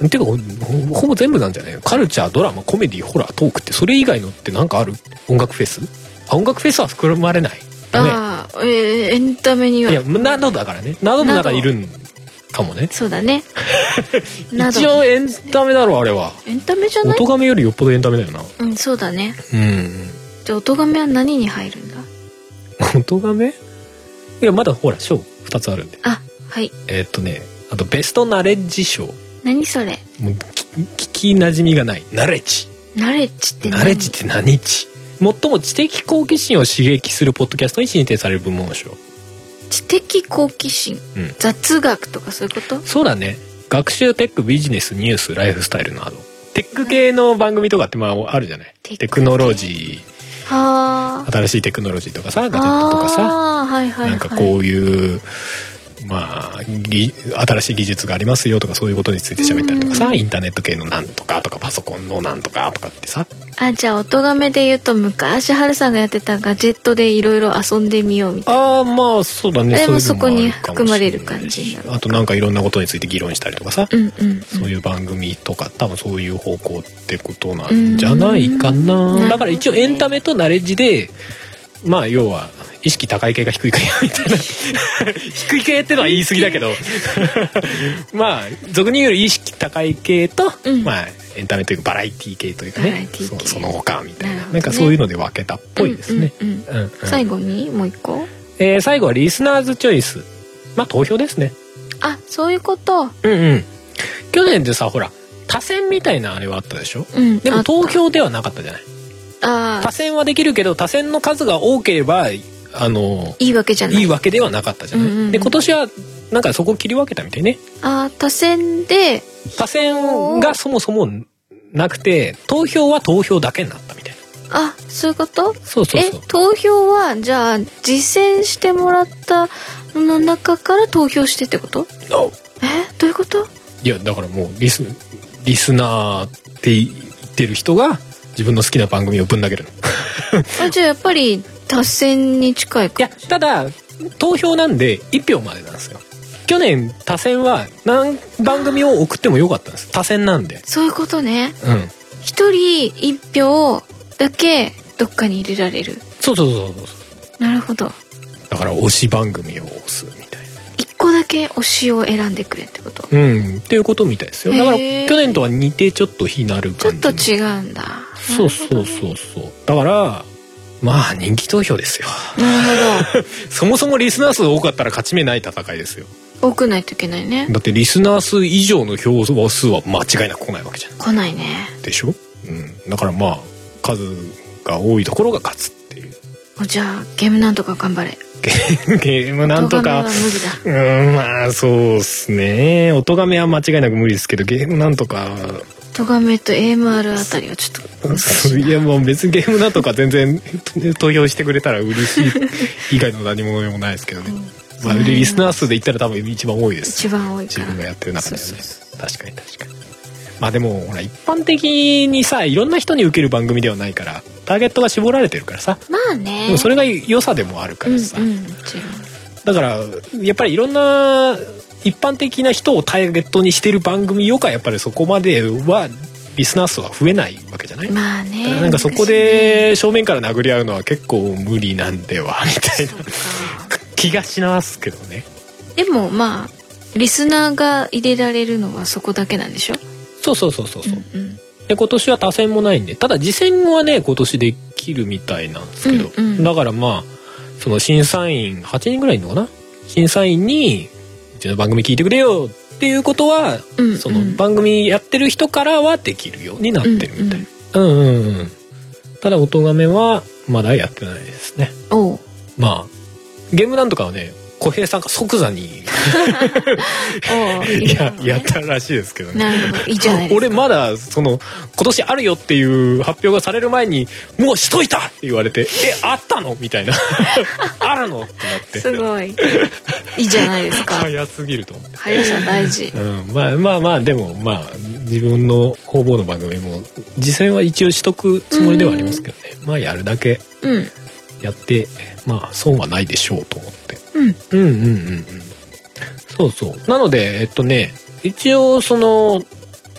Speaker 2: うん
Speaker 1: てかほほほぼ全部なんじゃないのカルチャードラマコメディホラートークってそれ以外のって何かある音楽フェスあ音楽フェスは含まれないだ
Speaker 2: ああ、えーエンタメに
Speaker 1: ね
Speaker 2: はい
Speaker 1: やなどだからねなどの中にいるんかもね
Speaker 2: そうだねな
Speaker 1: [laughs]
Speaker 2: ど
Speaker 1: 一応エンタメだろあれは
Speaker 2: エンタメじゃない
Speaker 1: 音亀よりよっぽどエンタメだよな
Speaker 2: うんそうだね
Speaker 1: うん
Speaker 2: じゃあ音亀は何に入るんだ
Speaker 1: 音亀いやまだほら賞2つあるんで
Speaker 2: あはい
Speaker 1: えーっとねあとベストナレッジ賞も
Speaker 2: 何それ
Speaker 1: うき聞きなじみがないナレッジ
Speaker 2: ナレッジって何
Speaker 1: ナレッジって何日最も知的好奇心を刺激するポッドキャストに認定される部門賞
Speaker 2: 知的好奇心、
Speaker 1: うん
Speaker 2: 雑学とかそういうこと
Speaker 1: そうだね学習テックビジネスニュースライフスタイルなどテック系の番組とかってまああるじゃない
Speaker 2: テック系
Speaker 1: テクノロジ
Speaker 2: は
Speaker 1: ー新しいテクノロジーとかさガジェット
Speaker 2: あ
Speaker 1: とかさ
Speaker 2: あーはいはいはい
Speaker 1: なんかこういう、まあぎ新しい技術がありますよとかそういうことについて喋ったりとかさ、
Speaker 2: うん
Speaker 1: インターネット系のなんとかとかパソコンのなんとかとかってさ
Speaker 2: あじゃあ音がめで言うと昔ハルさんがやってたガジェットでいろいろ遊んでみようみたい
Speaker 1: ああまあそうだね
Speaker 2: でも
Speaker 1: そういうの
Speaker 2: そこに
Speaker 1: あるかもし
Speaker 2: 含ま
Speaker 1: ない
Speaker 2: れる感じになる
Speaker 1: あとなんかいろんなことについて議論したりとかさ、
Speaker 2: なうんうん
Speaker 1: そういう番組とか多分そういう方向ってことなんじゃないかな、
Speaker 2: うん
Speaker 1: だから一応エンタメとナレッジでまあ要は意識高い系が低い系みたいな [laughs] 低い系ってのは言い過ぎだけど [laughs] まあ俗に言う意識高い系と、
Speaker 2: うん
Speaker 1: まあエンタメというかバラエティ系というか
Speaker 2: バラエ
Speaker 1: ね
Speaker 2: ティ系
Speaker 1: そその他みたいな
Speaker 2: な
Speaker 1: な,、
Speaker 2: るほどね
Speaker 1: んかそういうので分けたっぽいですね。
Speaker 2: うんうん
Speaker 1: う
Speaker 2: うん
Speaker 1: んうん
Speaker 2: 最後にもう一個
Speaker 1: えー最後はリスナーズチョイスまあ投票ですね。
Speaker 2: あそういうこと
Speaker 1: うんうん去年でさほら多選みたいなあれはあったでしょ
Speaker 2: うん
Speaker 1: で
Speaker 2: あ
Speaker 1: も
Speaker 2: った
Speaker 1: 投票ではなかったじゃない
Speaker 2: あ
Speaker 1: 多
Speaker 2: あ
Speaker 1: 選はできるけど多選の数が多ければあの
Speaker 2: いいわけじゃない
Speaker 1: いいわけではなかったじゃない、
Speaker 2: うんうんうん
Speaker 1: で今年はなんかそこを切り分けたみたいね
Speaker 2: ああ多選で
Speaker 1: 多選がそもそもなくて投票は投票だけになったみたいな
Speaker 2: あそういうこと
Speaker 1: そうそうそう
Speaker 2: え投票はじゃあ実践してもらったのの中から投票してってこと
Speaker 1: あ
Speaker 2: えどういうこと
Speaker 1: いやだからもうリスリスナーって言ってる人が自分の好きな番組をぶん投げるの
Speaker 2: あじゃあやっぱり達成に近い
Speaker 1: い
Speaker 2: か
Speaker 1: やただ投票なんで1票までなんですよ去年多選は何番組を送ってもよかったんです多選なんで
Speaker 2: そういうことね
Speaker 1: うん
Speaker 2: 一人一票だけどっかに入れられる
Speaker 1: そうそうそうそうそ
Speaker 2: なるほど
Speaker 1: うだから推し番組を推すみたい
Speaker 2: 一個だけ推しを選んでくれってこと
Speaker 1: なうんっていうことみたいですよだから
Speaker 2: へー
Speaker 1: 去年とは似てちょっと非なる
Speaker 2: ちょ
Speaker 1: 感
Speaker 2: っ
Speaker 1: じ
Speaker 2: と
Speaker 1: の
Speaker 2: 違うんだ
Speaker 1: そうそうそうそうだからまあ人気投票ですよ
Speaker 2: なるほ
Speaker 1: そもそもリスナー数多かったら勝ち目ない戦いですよ
Speaker 2: ど多くないといけないね
Speaker 1: だってリスナー数以上の票数は間違いなく来ないわけじゃん
Speaker 2: 来ないね
Speaker 1: でしょ、うん、だからまあ数が多いところが勝つっていう
Speaker 2: もうじゃあゲームなんとか頑張れ
Speaker 1: ゲーム [laughs] なんと
Speaker 2: 動画は
Speaker 1: か
Speaker 2: 無理だ
Speaker 1: うーんまあそうっすね音がめは間違いなく無理ですけどゲームなんとか
Speaker 2: トガメと AMR あたりはちょっと難しい
Speaker 1: いやもう別にゲームなんとか全然 [laughs] 投票してくれたら嬉しい以 [laughs] 外の何ももないですけどね、まあ、リスナー数で言ったら多分一番多いです
Speaker 2: 一番多いか
Speaker 1: 自
Speaker 2: ら
Speaker 1: 分がやってる中ではね
Speaker 2: そうそう
Speaker 1: 確かに確かにまあでもほら一般的にさいろんな人に受ける番組ではないからターゲットが絞られてるからさ
Speaker 2: まあね
Speaker 1: でもそれが良さでもあるからさ、
Speaker 2: うんうん、もちろん
Speaker 1: だからやっぱりいろんな一般的な人をターゲットにしてる番組よかやっぱりそこまではリスナー数は増えないわけじゃない、
Speaker 2: まあね
Speaker 1: なんかそこで正面から殴り合うのは結構無理なんではみたいな
Speaker 2: そうか
Speaker 1: 気がしますけどね
Speaker 2: でもまあリスナーが入れられるのはそこだけなんでしょ
Speaker 1: そうそうそうそうそう、
Speaker 2: うんうん
Speaker 1: で今年は打線もないんでただ次戦はね今年できるみたいなんですけど、
Speaker 2: うんうん
Speaker 1: だからまあその審査員8人ぐらいいるのかな審査員に「うちの番組聞いてくれよ」っていうことは、
Speaker 2: うんうん
Speaker 1: その番組やってる人からはできるようになってるみたい、うんうんうんただ音がめはまだやってないですね
Speaker 2: おう
Speaker 1: まあゲームなんとかはね小平さんが即座に [laughs]
Speaker 2: おういい
Speaker 1: や
Speaker 2: ね
Speaker 1: やったらしいですけどね
Speaker 2: なるほどいいじゃないですか
Speaker 1: 俺まだその今年あるよっていう発表がされる前に「もうしといた!」って言われて「えあったの?」みた
Speaker 2: [laughs]
Speaker 1: いな「あるの?」って
Speaker 2: す
Speaker 1: なって
Speaker 2: ごいいいじゃないですか
Speaker 1: 早すぎると思って。
Speaker 2: 速さ大事
Speaker 1: うん、まあまあまあでもまあ自分の方々の番組も実戦は一応しとくつもりではありますけどねまあやるだけ
Speaker 2: うん
Speaker 1: やってまあ損はないでしょうと思って
Speaker 2: うん
Speaker 1: うんうんうんうんそうそうなのでえっとね一応その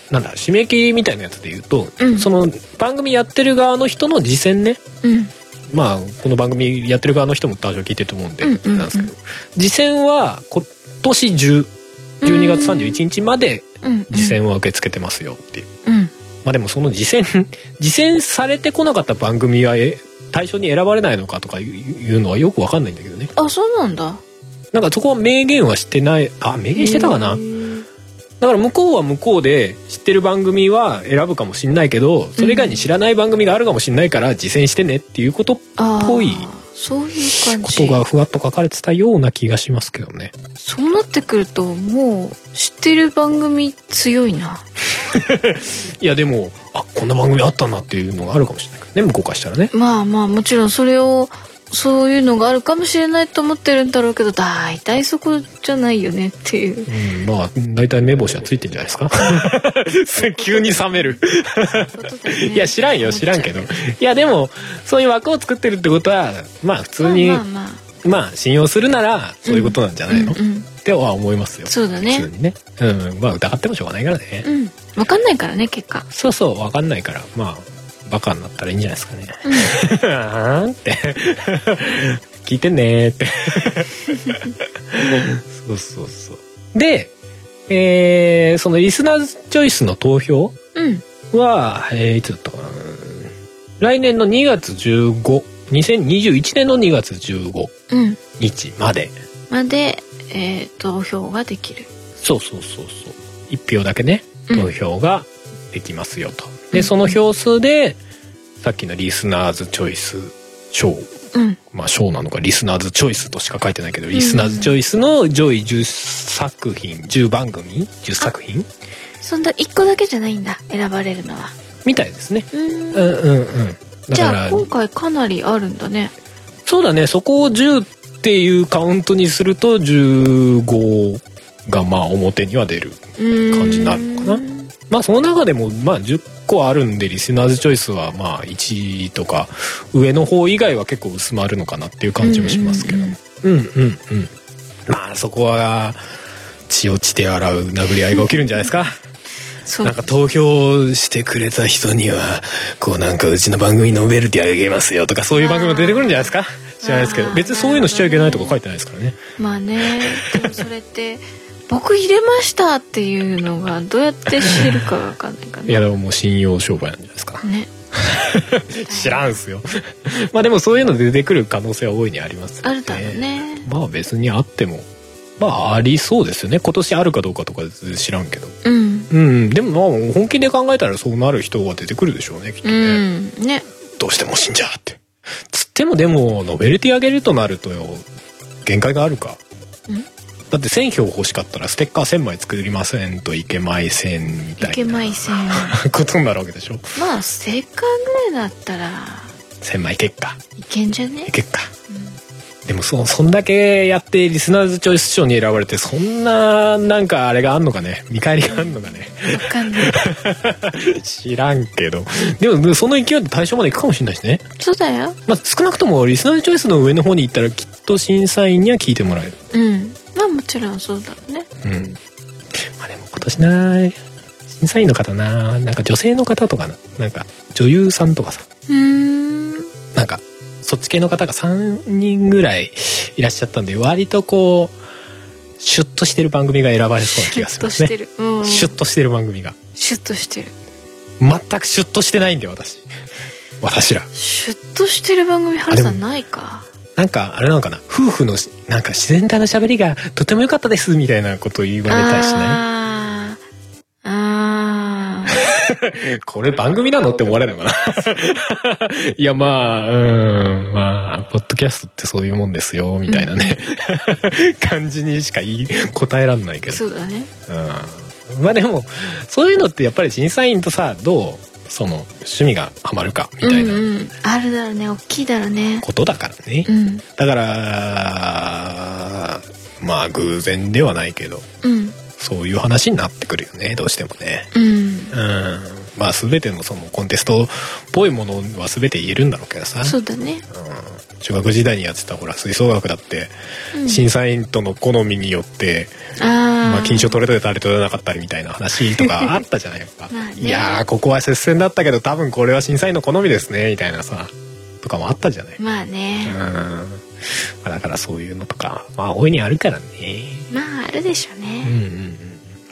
Speaker 1: なんだ締め切りみたいなやつで言うと、
Speaker 2: うん
Speaker 1: その番組やってる側の人の次戦ね
Speaker 2: うん
Speaker 1: まあこの番組やってる側の人も多少聞いてると思うんで、
Speaker 2: うんうんうん
Speaker 1: なんですけど次戦は今年中12月31日まで
Speaker 2: うん
Speaker 1: 次戦は受け付けてますよっていう、
Speaker 2: うん
Speaker 1: まあでもその次 [laughs] 戦次戦されてこなかった番組はえ対象に選ばれないのかとかいうのはよくわかんないんだけどね
Speaker 2: あそうなんだ
Speaker 1: なんかそこは明言はしてないあ明言してたかな、
Speaker 2: へー
Speaker 1: だから向こうは向こうで知ってる番組は選ぶかもしんないけどそれ以外に知らない番組があるかもしんないから実践してねっていうこと
Speaker 2: あー
Speaker 1: ぽい
Speaker 2: そういう感
Speaker 1: こ
Speaker 2: じ
Speaker 1: とがふわっと書かれてたような気がしますけどね
Speaker 2: そうなってくるともう知ってる番組強いない
Speaker 1: やでもあこんな番組あったなっていうのがあるかもしれないからね向こうからしたらね
Speaker 2: まあまあもちろんそれをそういうのがあるかもしれないと思ってるんだろうけど大体そこじゃないよねっていう
Speaker 1: うんまあ大体目星はついてんじゃないですか急に冷める
Speaker 2: ことだよね
Speaker 1: [laughs] いや知らんよ知らんけどいやでもそういう枠を作ってるってことはまあ普通に
Speaker 2: まあまあまあ
Speaker 1: まあ信用するならそういうことなんじゃないの、
Speaker 2: うんうん
Speaker 1: っては思いますよ
Speaker 2: そうだね
Speaker 1: 普通にねうんまあ疑ってもしょうがないからね、
Speaker 2: うん分かんないからね結果
Speaker 1: そうそう分かんないからまあバカになったらいいんじゃないですかね、あーんって [laughs] 聞いてねーってそうそうそうでえーそのリスナーチョイスの投票
Speaker 2: うん
Speaker 1: は、えーいつだったかな来年の2月152021年の2月15
Speaker 2: うん
Speaker 1: 日まで
Speaker 2: まで、えー、投票ができる
Speaker 1: そうそうそうそう1票だけね
Speaker 2: うん
Speaker 1: 投票ができますよと、
Speaker 2: う
Speaker 1: で
Speaker 2: ん
Speaker 1: その票数でさっきのリスナーズチョイス賞
Speaker 2: うん
Speaker 1: まあ賞なのかリスナーズチョイスとしか書いてないけど、
Speaker 2: ん
Speaker 1: リスナーズチョイスの上位10作品10番組10作品
Speaker 2: そんな1個だけじゃないんだ選ばれるのは
Speaker 1: みたいですね
Speaker 2: うー
Speaker 1: う
Speaker 2: ん
Speaker 1: んうんうんだ
Speaker 2: じ
Speaker 1: か
Speaker 2: ゃあ
Speaker 1: ら
Speaker 2: 今回かなりあるんだね
Speaker 1: そうだねそこを10っていうカウントにすると15がまあ表には出る
Speaker 2: 感
Speaker 1: 感じになるのかなまあその中でもまあ10個あるんでリスナーズチョイスはまあ1位とか上の方以外は結構薄まるのかなっていう感じもしますけど
Speaker 2: うんう
Speaker 1: う
Speaker 2: ん
Speaker 1: んうんうんまあそこは血を血で洗う殴り合いが起きるんじゃないですか
Speaker 2: そう
Speaker 1: なんか投票してくれた人にはこうなんかうちの番組ノベルティあげますよとかそういう番組も出てくるんじゃないですか知らないですけ
Speaker 2: あ
Speaker 1: ど
Speaker 2: ー
Speaker 1: 別にそういうのしちゃいけないとか書いてないですからね
Speaker 2: まあねでもそれって [laughs] 「僕入れました」っていうのがどうやって知るかわかんないから
Speaker 1: いやでももう信用商売なんじゃないですか
Speaker 2: ね
Speaker 1: 知らんすよ [laughs] まあでもそういうの出てくる可能性は大いにありますよ
Speaker 2: あるだろうね
Speaker 1: まあ別にあってもまあありそうですよね今年あるかどうかとか知らんけど
Speaker 2: うん
Speaker 1: うんでもまあ本気で考えたらそうなる人が出てくるでしょうねきっと
Speaker 2: う
Speaker 1: ね、
Speaker 2: んね
Speaker 1: どうしても死んじゃうってつってもでもノベルティ上げるとなると限界があるか
Speaker 2: うん
Speaker 1: だって1000票欲しかったらステッカー1000枚作りませんといけまいせんみた
Speaker 2: いけ
Speaker 1: いな
Speaker 2: まいせん
Speaker 1: ことになるわけでしょ
Speaker 2: まあステッカーぐらいだったら
Speaker 1: 1000枚いけっか
Speaker 2: いけんじゃ
Speaker 1: [laughs]
Speaker 2: ね
Speaker 1: いけっかでもそそんだけやってリスナーズチョイス賞に選ばれてそんななんかあれがあんのかね見返りがあんのかね [laughs]
Speaker 2: わかんない
Speaker 1: 知らんけどでもその勢いで対象までいくかもしれないしね、
Speaker 2: そうだよ
Speaker 1: まあ、少なくともリスナーズチョイスの上の方に行ったらきっと審査員には聞いてもらえる
Speaker 2: うんまあもちろんそうだろうね
Speaker 1: うんまあでも今年な審査員の方ななんか女性の方とかななんか女優さんとかさ
Speaker 2: うーん
Speaker 1: なんかそっち系の方が3人ぐらいいらっしゃったんで割とこうシュッとしてる番組が選ばれそうな気
Speaker 2: シュ
Speaker 1: がす
Speaker 2: ッ
Speaker 1: るん
Speaker 2: と
Speaker 1: です
Speaker 2: して
Speaker 1: ね
Speaker 2: る、うん、
Speaker 1: シュッとしてる番組が
Speaker 2: シュッとしてる
Speaker 1: 全くシュッとしてないんで私 [laughs] 私ら
Speaker 2: シュッとしてる番組ハルさ
Speaker 1: あで
Speaker 2: んないか
Speaker 1: なんかあれなのかな夫婦のしなんか自然体の喋りがとても良かったですみたいなことを言われたりしな
Speaker 2: あーあー
Speaker 1: いこれ番組なのって思われるのかな [laughs] いやまあうんまあポッドキャストってそういうもんですよみたいなね、 [laughs] 感じにしか言い答えらんないけど
Speaker 2: そうだね
Speaker 1: うんまあでもそういうのってやっぱり審査員とさどうその趣味がハマるかみたい
Speaker 2: うん
Speaker 1: な
Speaker 2: うん、あるだろうね大きいだろうね
Speaker 1: ことだからね、
Speaker 2: うん
Speaker 1: だからまあ偶然ではないけど
Speaker 2: うん
Speaker 1: そういう話になってくるよねどうしてもね
Speaker 2: うん
Speaker 1: うんまあ全てのそのコンテストっぽいものは全て言えるんだろうけどさ、
Speaker 2: そうだね
Speaker 1: うん中学時代にやってたほら吹奏楽だって
Speaker 2: うん
Speaker 1: 審査員との好みによって、まあ、
Speaker 2: ああ
Speaker 1: 金賞取れたり取れなかったりみたいな話とかあったじゃないやっぱ
Speaker 2: [laughs] まあね
Speaker 1: いやーここは接戦だったけど多分これは審査員の好みですねみたいなさとかもあったじゃない、うん
Speaker 2: まあね
Speaker 1: まあ、だからそういうのとかまあ大いにあるからね
Speaker 2: まああるでしょう
Speaker 1: うんう
Speaker 2: ね、
Speaker 1: んうん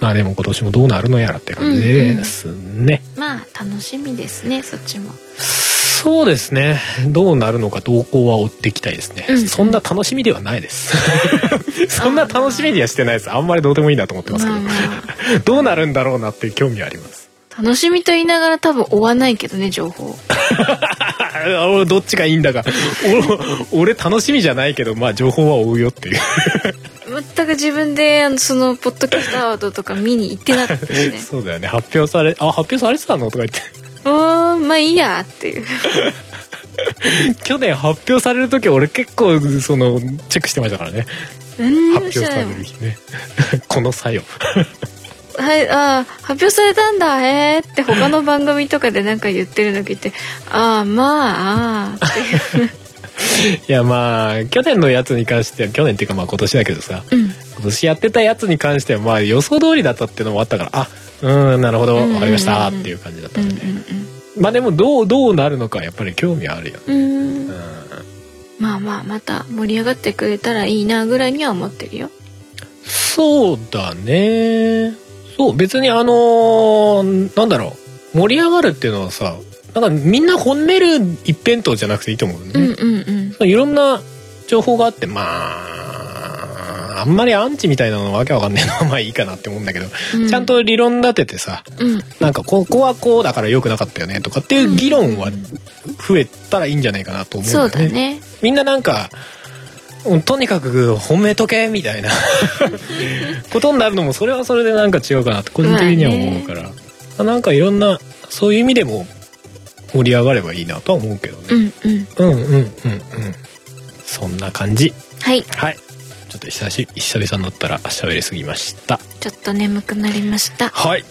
Speaker 1: まあでも今年もどうなるのやらって感じですね、
Speaker 2: まあ楽しみですねそっちも
Speaker 1: そうですねどうなるのか動向は追っていきたいですね、
Speaker 2: うん
Speaker 1: そんな楽しみではないです
Speaker 2: [laughs]
Speaker 1: そんな楽しみにはしてないですあんまりどうでもいいなと思ってますけど、
Speaker 2: まあ
Speaker 1: どうなるんだろうなっていう興味はあります
Speaker 2: 楽しみと言いながら多分追わないけどね情報
Speaker 1: あ俺どっちがいいんだか俺俺楽しみじゃないけどまあ情報は追うよっていう
Speaker 2: 全く自分であのそのポッドキャストアワードとか見に行ってなかったし
Speaker 1: [laughs]
Speaker 2: ね
Speaker 1: そうだよね発表されあ発表されてたのとか言っ
Speaker 2: うーんまあいいやっていう
Speaker 1: て去年発表される時俺結構そのチェックしてましたからね
Speaker 2: 何に
Speaker 1: 発
Speaker 2: も
Speaker 1: 表
Speaker 2: し
Speaker 1: さ
Speaker 2: ない
Speaker 1: れ
Speaker 2: もん
Speaker 1: る日
Speaker 2: [laughs]
Speaker 1: ねこの作 [laughs] 用
Speaker 2: はいあー発表されたんだへーって他の番組とかでなんか言ってるの聞いてああまあああっていう
Speaker 1: いやまあ去年のやつに関しては去年っていうかまあ今年だけどさ
Speaker 2: うん
Speaker 1: 今年やってたやつに関してはまあ予想通りだったっていうのもあったからあうーんなるほど
Speaker 2: うんうんうん
Speaker 1: わかりましたっていう感じだった
Speaker 2: うんん
Speaker 1: で、まあでもどうどうなるのかやっぱり興味はあるよね
Speaker 2: うんうんう
Speaker 1: うんん
Speaker 2: まあまあまた盛り上がってくれたらいいなぐらいには思ってるよ
Speaker 1: そうだね。そう、別にあのーなんだろう。盛り上がるっていうのはさ、なんかみんな本める一辺倒じゃなくていいと思うね。
Speaker 2: うんうんうん
Speaker 1: いろんな情報があって、まあ、あんまりアンチみたいなのわけわかんねえのは [laughs] まあいいかなって思うんだけど、
Speaker 2: うん
Speaker 1: ちゃんと理論立ててさ、
Speaker 2: うん
Speaker 1: なんかここはこうだから良くなかったよねとかっていう議論は増えたらいいんじゃないかなと思うんだ
Speaker 2: そ
Speaker 1: よ
Speaker 2: うだね
Speaker 1: みんななんかうんとにかく褒めとけみた
Speaker 2: [laughs]
Speaker 1: いなことになるのもそれはそれでなんか違うかなって個人的には思うから、なんかいろんなそういう意味でも盛り上がればいいなとは思うけど
Speaker 2: う
Speaker 1: ね、
Speaker 2: んうん
Speaker 1: うん、うんうんうんそんな感じ
Speaker 2: はい
Speaker 1: はいちょっと久し久々になったら喋りすぎました
Speaker 2: ちょっと眠くなりました
Speaker 1: はい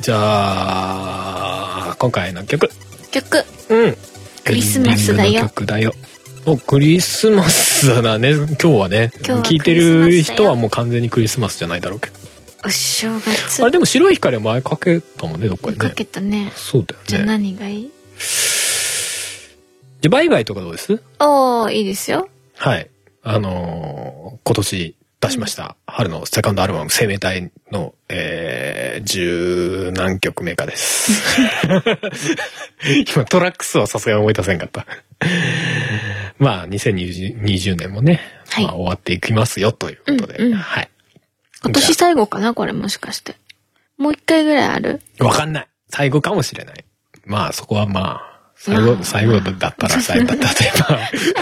Speaker 1: じゃあ今回の曲
Speaker 2: 曲
Speaker 1: うん。
Speaker 2: クリスマスだ
Speaker 1: エ
Speaker 2: よ
Speaker 1: ンディングの曲だよ。おクリスマスだなね今日はね
Speaker 2: 今日は
Speaker 1: 聞いてる人はもう完全にクリスマスじゃないだろうけど
Speaker 2: お正月
Speaker 1: あれでも白い光は前かけたもんねどっか
Speaker 2: 見
Speaker 1: で
Speaker 2: か
Speaker 1: ね
Speaker 2: けたね
Speaker 1: そうだ
Speaker 2: じゃ
Speaker 1: よ
Speaker 2: あ
Speaker 1: ね
Speaker 2: 何がいい
Speaker 1: じゃあバイバイとかどうです
Speaker 2: おーいいですよ
Speaker 1: はいあのー今年出しました、春のセカンドアルバム「生命体の」えー、十何曲目かです
Speaker 2: [laughs]
Speaker 1: 今トラックスはさすがに思い出せんかったまあ2020年もね、
Speaker 2: はい
Speaker 1: まあ、終わっていきますよということで、
Speaker 2: うんうん
Speaker 1: はい
Speaker 2: 今年最後かなこれもしかしてもう一回ぐらいある
Speaker 1: わかんない。最後かもしれない。まあそこはまあ、最後
Speaker 2: ま、あ
Speaker 1: 最後だった
Speaker 2: [laughs]
Speaker 1: ら、最後だったら、例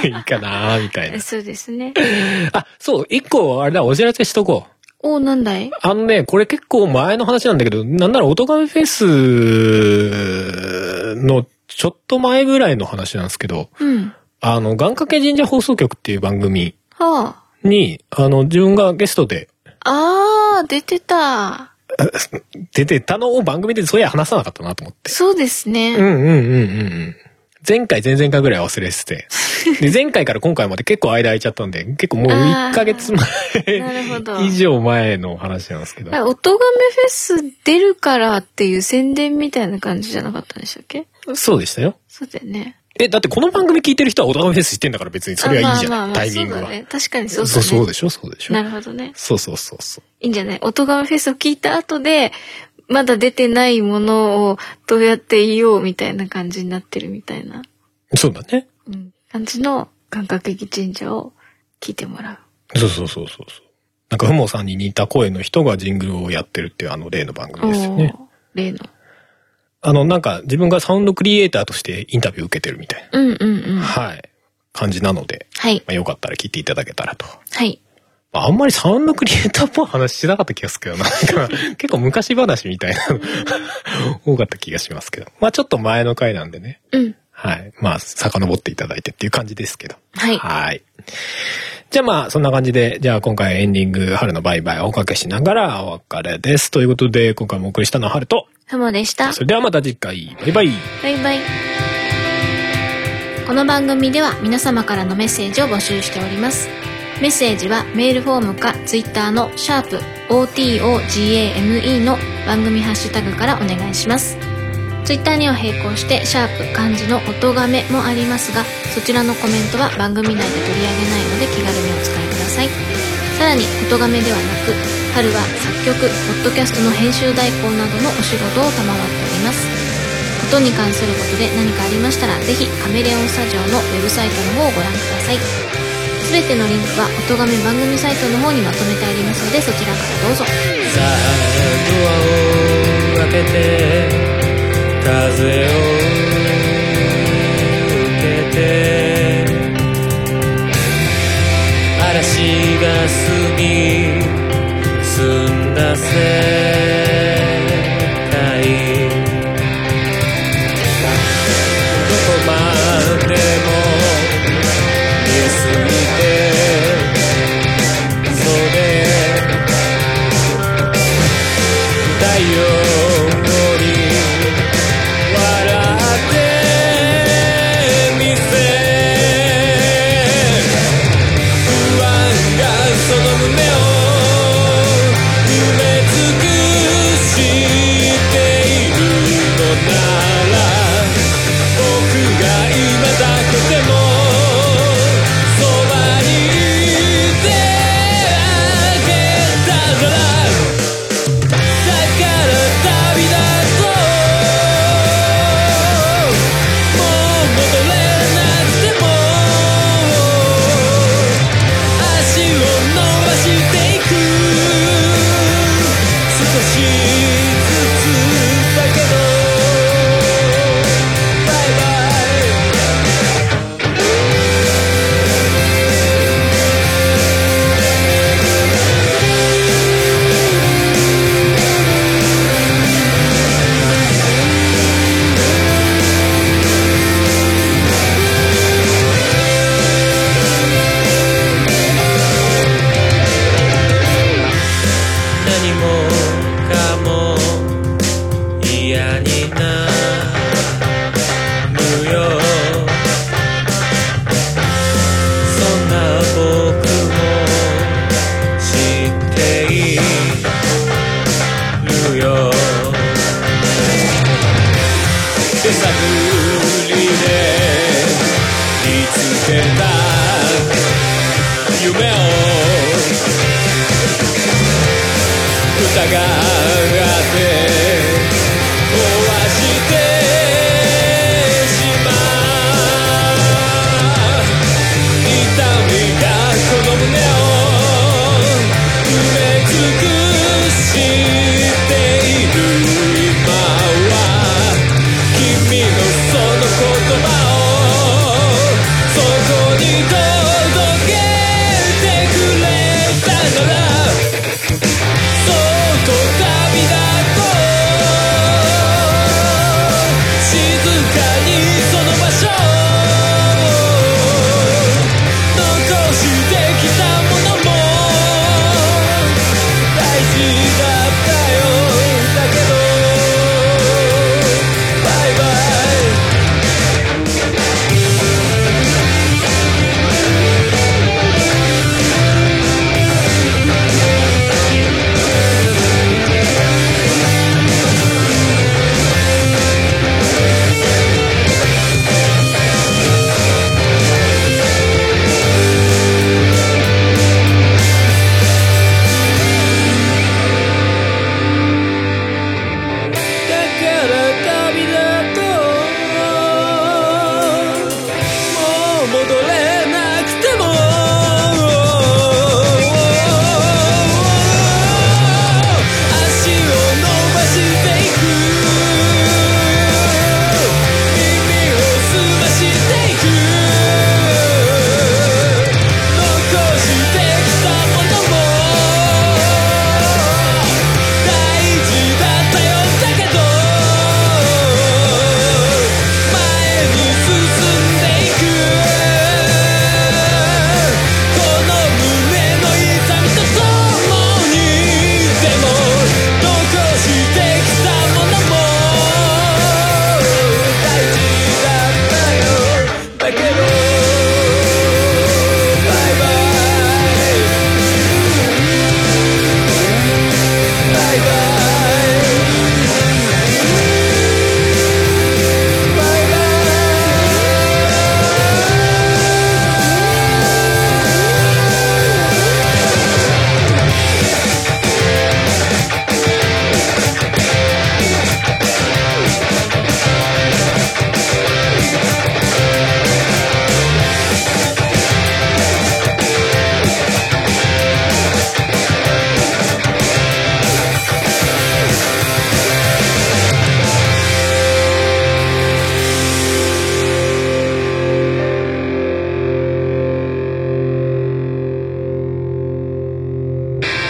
Speaker 1: えば、いいかなみたいな。
Speaker 2: そうで
Speaker 1: [laughs]
Speaker 2: すね。
Speaker 1: あ、そう、一個、あれだ、お知らせしとこう。
Speaker 2: お、なんだい
Speaker 1: あのね、これ結構前の話なんだけど、なんなら、オトガメフェスのちょっと前ぐらいの話なんですけど、
Speaker 2: うん。
Speaker 1: あの、願掛け神社放送局っていう番組
Speaker 2: は
Speaker 1: に、あの、自分がゲストで
Speaker 2: あ。あー、出てた。
Speaker 1: 出てたのを番組でそういや話さなかったなと思って。
Speaker 2: そうです
Speaker 1: うん
Speaker 2: ね。
Speaker 1: うんうんうんうん。前回、前々回ぐらい忘れてて。で、前回から今回まで結構間空いちゃったんで、結構もう1ヶ月
Speaker 2: なるほど
Speaker 1: 前 [laughs] 以上前の話なんですけど。
Speaker 2: あ、音亀フェス出るからっていう宣伝みたいな感じじゃなかったんでしたっけ
Speaker 1: そうでしたよ。
Speaker 2: そうだよね。
Speaker 1: え、だってこの番組聞いてる人はオトガメフェス知ってんだから別にそれはいいじゃ
Speaker 2: あまあま
Speaker 1: な
Speaker 2: あま
Speaker 1: い。
Speaker 2: あ
Speaker 1: タイミング
Speaker 2: そう
Speaker 1: は
Speaker 2: だ。ね。確かに
Speaker 1: そう
Speaker 2: そ
Speaker 1: う
Speaker 2: だね。
Speaker 1: そうでしょ、そうでしょ
Speaker 2: な。るほどね。
Speaker 1: そうそうそうそう。
Speaker 2: いいんじゃない音亀フェスを聞いた後で、まだ出てないものをどうやって言おうみたいな感じになってるみたいな、
Speaker 1: そうだね。
Speaker 2: うん、感じの願掛け神社を聞いてもらう。
Speaker 1: そうそうそうそうそう。なんか、ふもさんに似た声の人がジングルをやってるっていうあの例の番組ですよね
Speaker 2: お。ー例の。
Speaker 1: あの、なんか自分がサウンドクリエイターとしてインタビューを受けてるみたい
Speaker 2: うんうんうん。
Speaker 1: な、
Speaker 2: は
Speaker 1: はい、感じなので、
Speaker 2: い。
Speaker 1: まあ、よかったら聞いていただけたらと。
Speaker 2: はい。
Speaker 1: まああんまりサウンドクリエイターっぽい話しなかった気がするけどな、なんか結構昔話みたいなの [laughs] 多かった気がしますけど。まあちょっと前の回なんでね。
Speaker 2: うん。
Speaker 1: はい。まあ、遡っていただいてっていう感じですけど。
Speaker 2: はい
Speaker 1: いじゃあまあ、そんな感じで、じゃあ今回エンディング、春のバイバイをおかけしながらお別れです。ということで、今回もお送りしたのは春と、
Speaker 2: ふもでした。
Speaker 1: それではまた次回、バイバイ。
Speaker 2: バイバイ。この番組では皆様からのメッセージを募集しております。メッセージはメールフォームかツイッターのシャープ o t o g a m e の番組ハッシュタグからお願いします。ツイッターには並行してシャープ漢字の音がめもありますが、そちらのコメントは番組内で取り上げないので気軽にお使いください。さらに音がめではなく、春は作曲、ポッドキャストの編集代行などのお仕事を賜っております。音に関することで何かありましたら、ぜひカメレオンスタジオのウェブサイトの方をご覧ください。すべてのリンクは音亀番組サイトの方にまとめてありますので、そちらからどうぞ。
Speaker 3: さあドアを開けて風を受けて嵐が過ぎ澄んだ世界どこまでも見えすぎてそれ太陽より笑ってみせ不安がその胸を埋め尽くしているのなら僕が今だけでもそばにいてあげたなら「だから旅立とう」「もう戻れなくても」「足を伸ばしていく」「少しずつだけど」「バイバイ」何もかも嫌になるよそんな僕も知っているよ手探りで見つけた夢を疑って壊してしまう痛みがこの胸を埋め尽くしている今は君のその言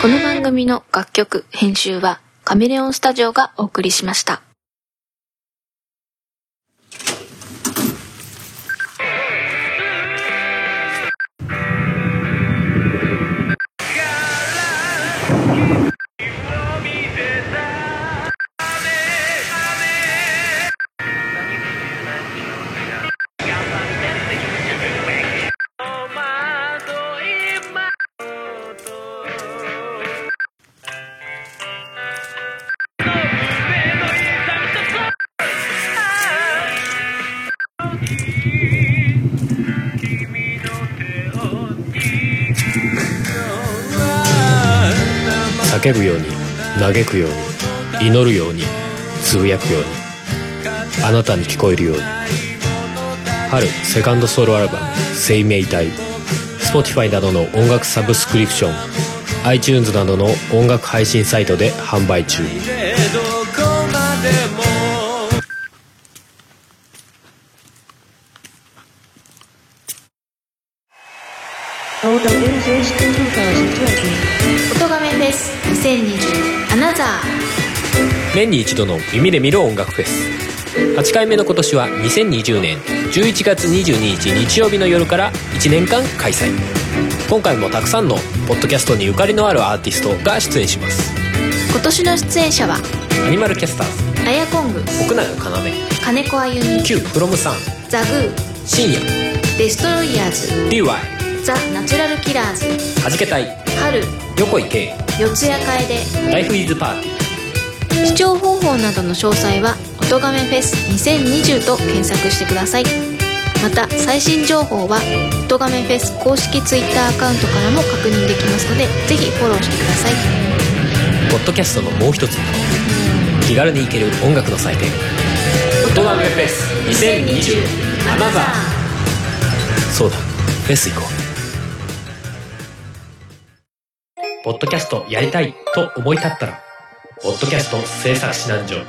Speaker 2: この番組の楽曲編集はカメレオンスタジオがお送りしました
Speaker 1: 叫ぶように嘆くように祈るようにつぶやくようにあなたに聞こえるように春セカンドソロアルバム「生命体」Spotify などの音楽サブスクリプション iTunes などの音楽配信サイトで販売中
Speaker 3: でどこまでも
Speaker 2: 音画面です2020アナザ
Speaker 1: 年に一度の耳で見る音楽フェス8回目の今年は2020年11月22日日曜日の夜から1年間開催今回もたくさんのポッドキャストにゆかりのあるアーティストが出演します
Speaker 2: ー今年の出演者は
Speaker 1: アニマルキャスターズ
Speaker 2: アヤコング
Speaker 1: 奥永要
Speaker 2: 金子あゆみ
Speaker 1: Q フロムさん
Speaker 2: ザグー
Speaker 1: 深夜
Speaker 2: デストロイヤーズ
Speaker 1: DY
Speaker 2: ザ・ナチュラルキラーズ
Speaker 1: はじけたい
Speaker 2: 春
Speaker 1: 横井圭
Speaker 2: 四谷楓
Speaker 1: ライフイズパーティ
Speaker 2: 視聴方法などの詳細は「音亀フェス2020」と検索してくださいまた最新情報は「音亀フェス」公式 Twitter アカウントからも確認できますのでぜひフォローしてください
Speaker 1: ーポッドキャストのもう一つ気軽に行ける音楽の祭典「音楽フェス2020アナザー」そうだフェス行こうポッドキャストやりたいと思い立ったら「ポッドキャスト制作指南所」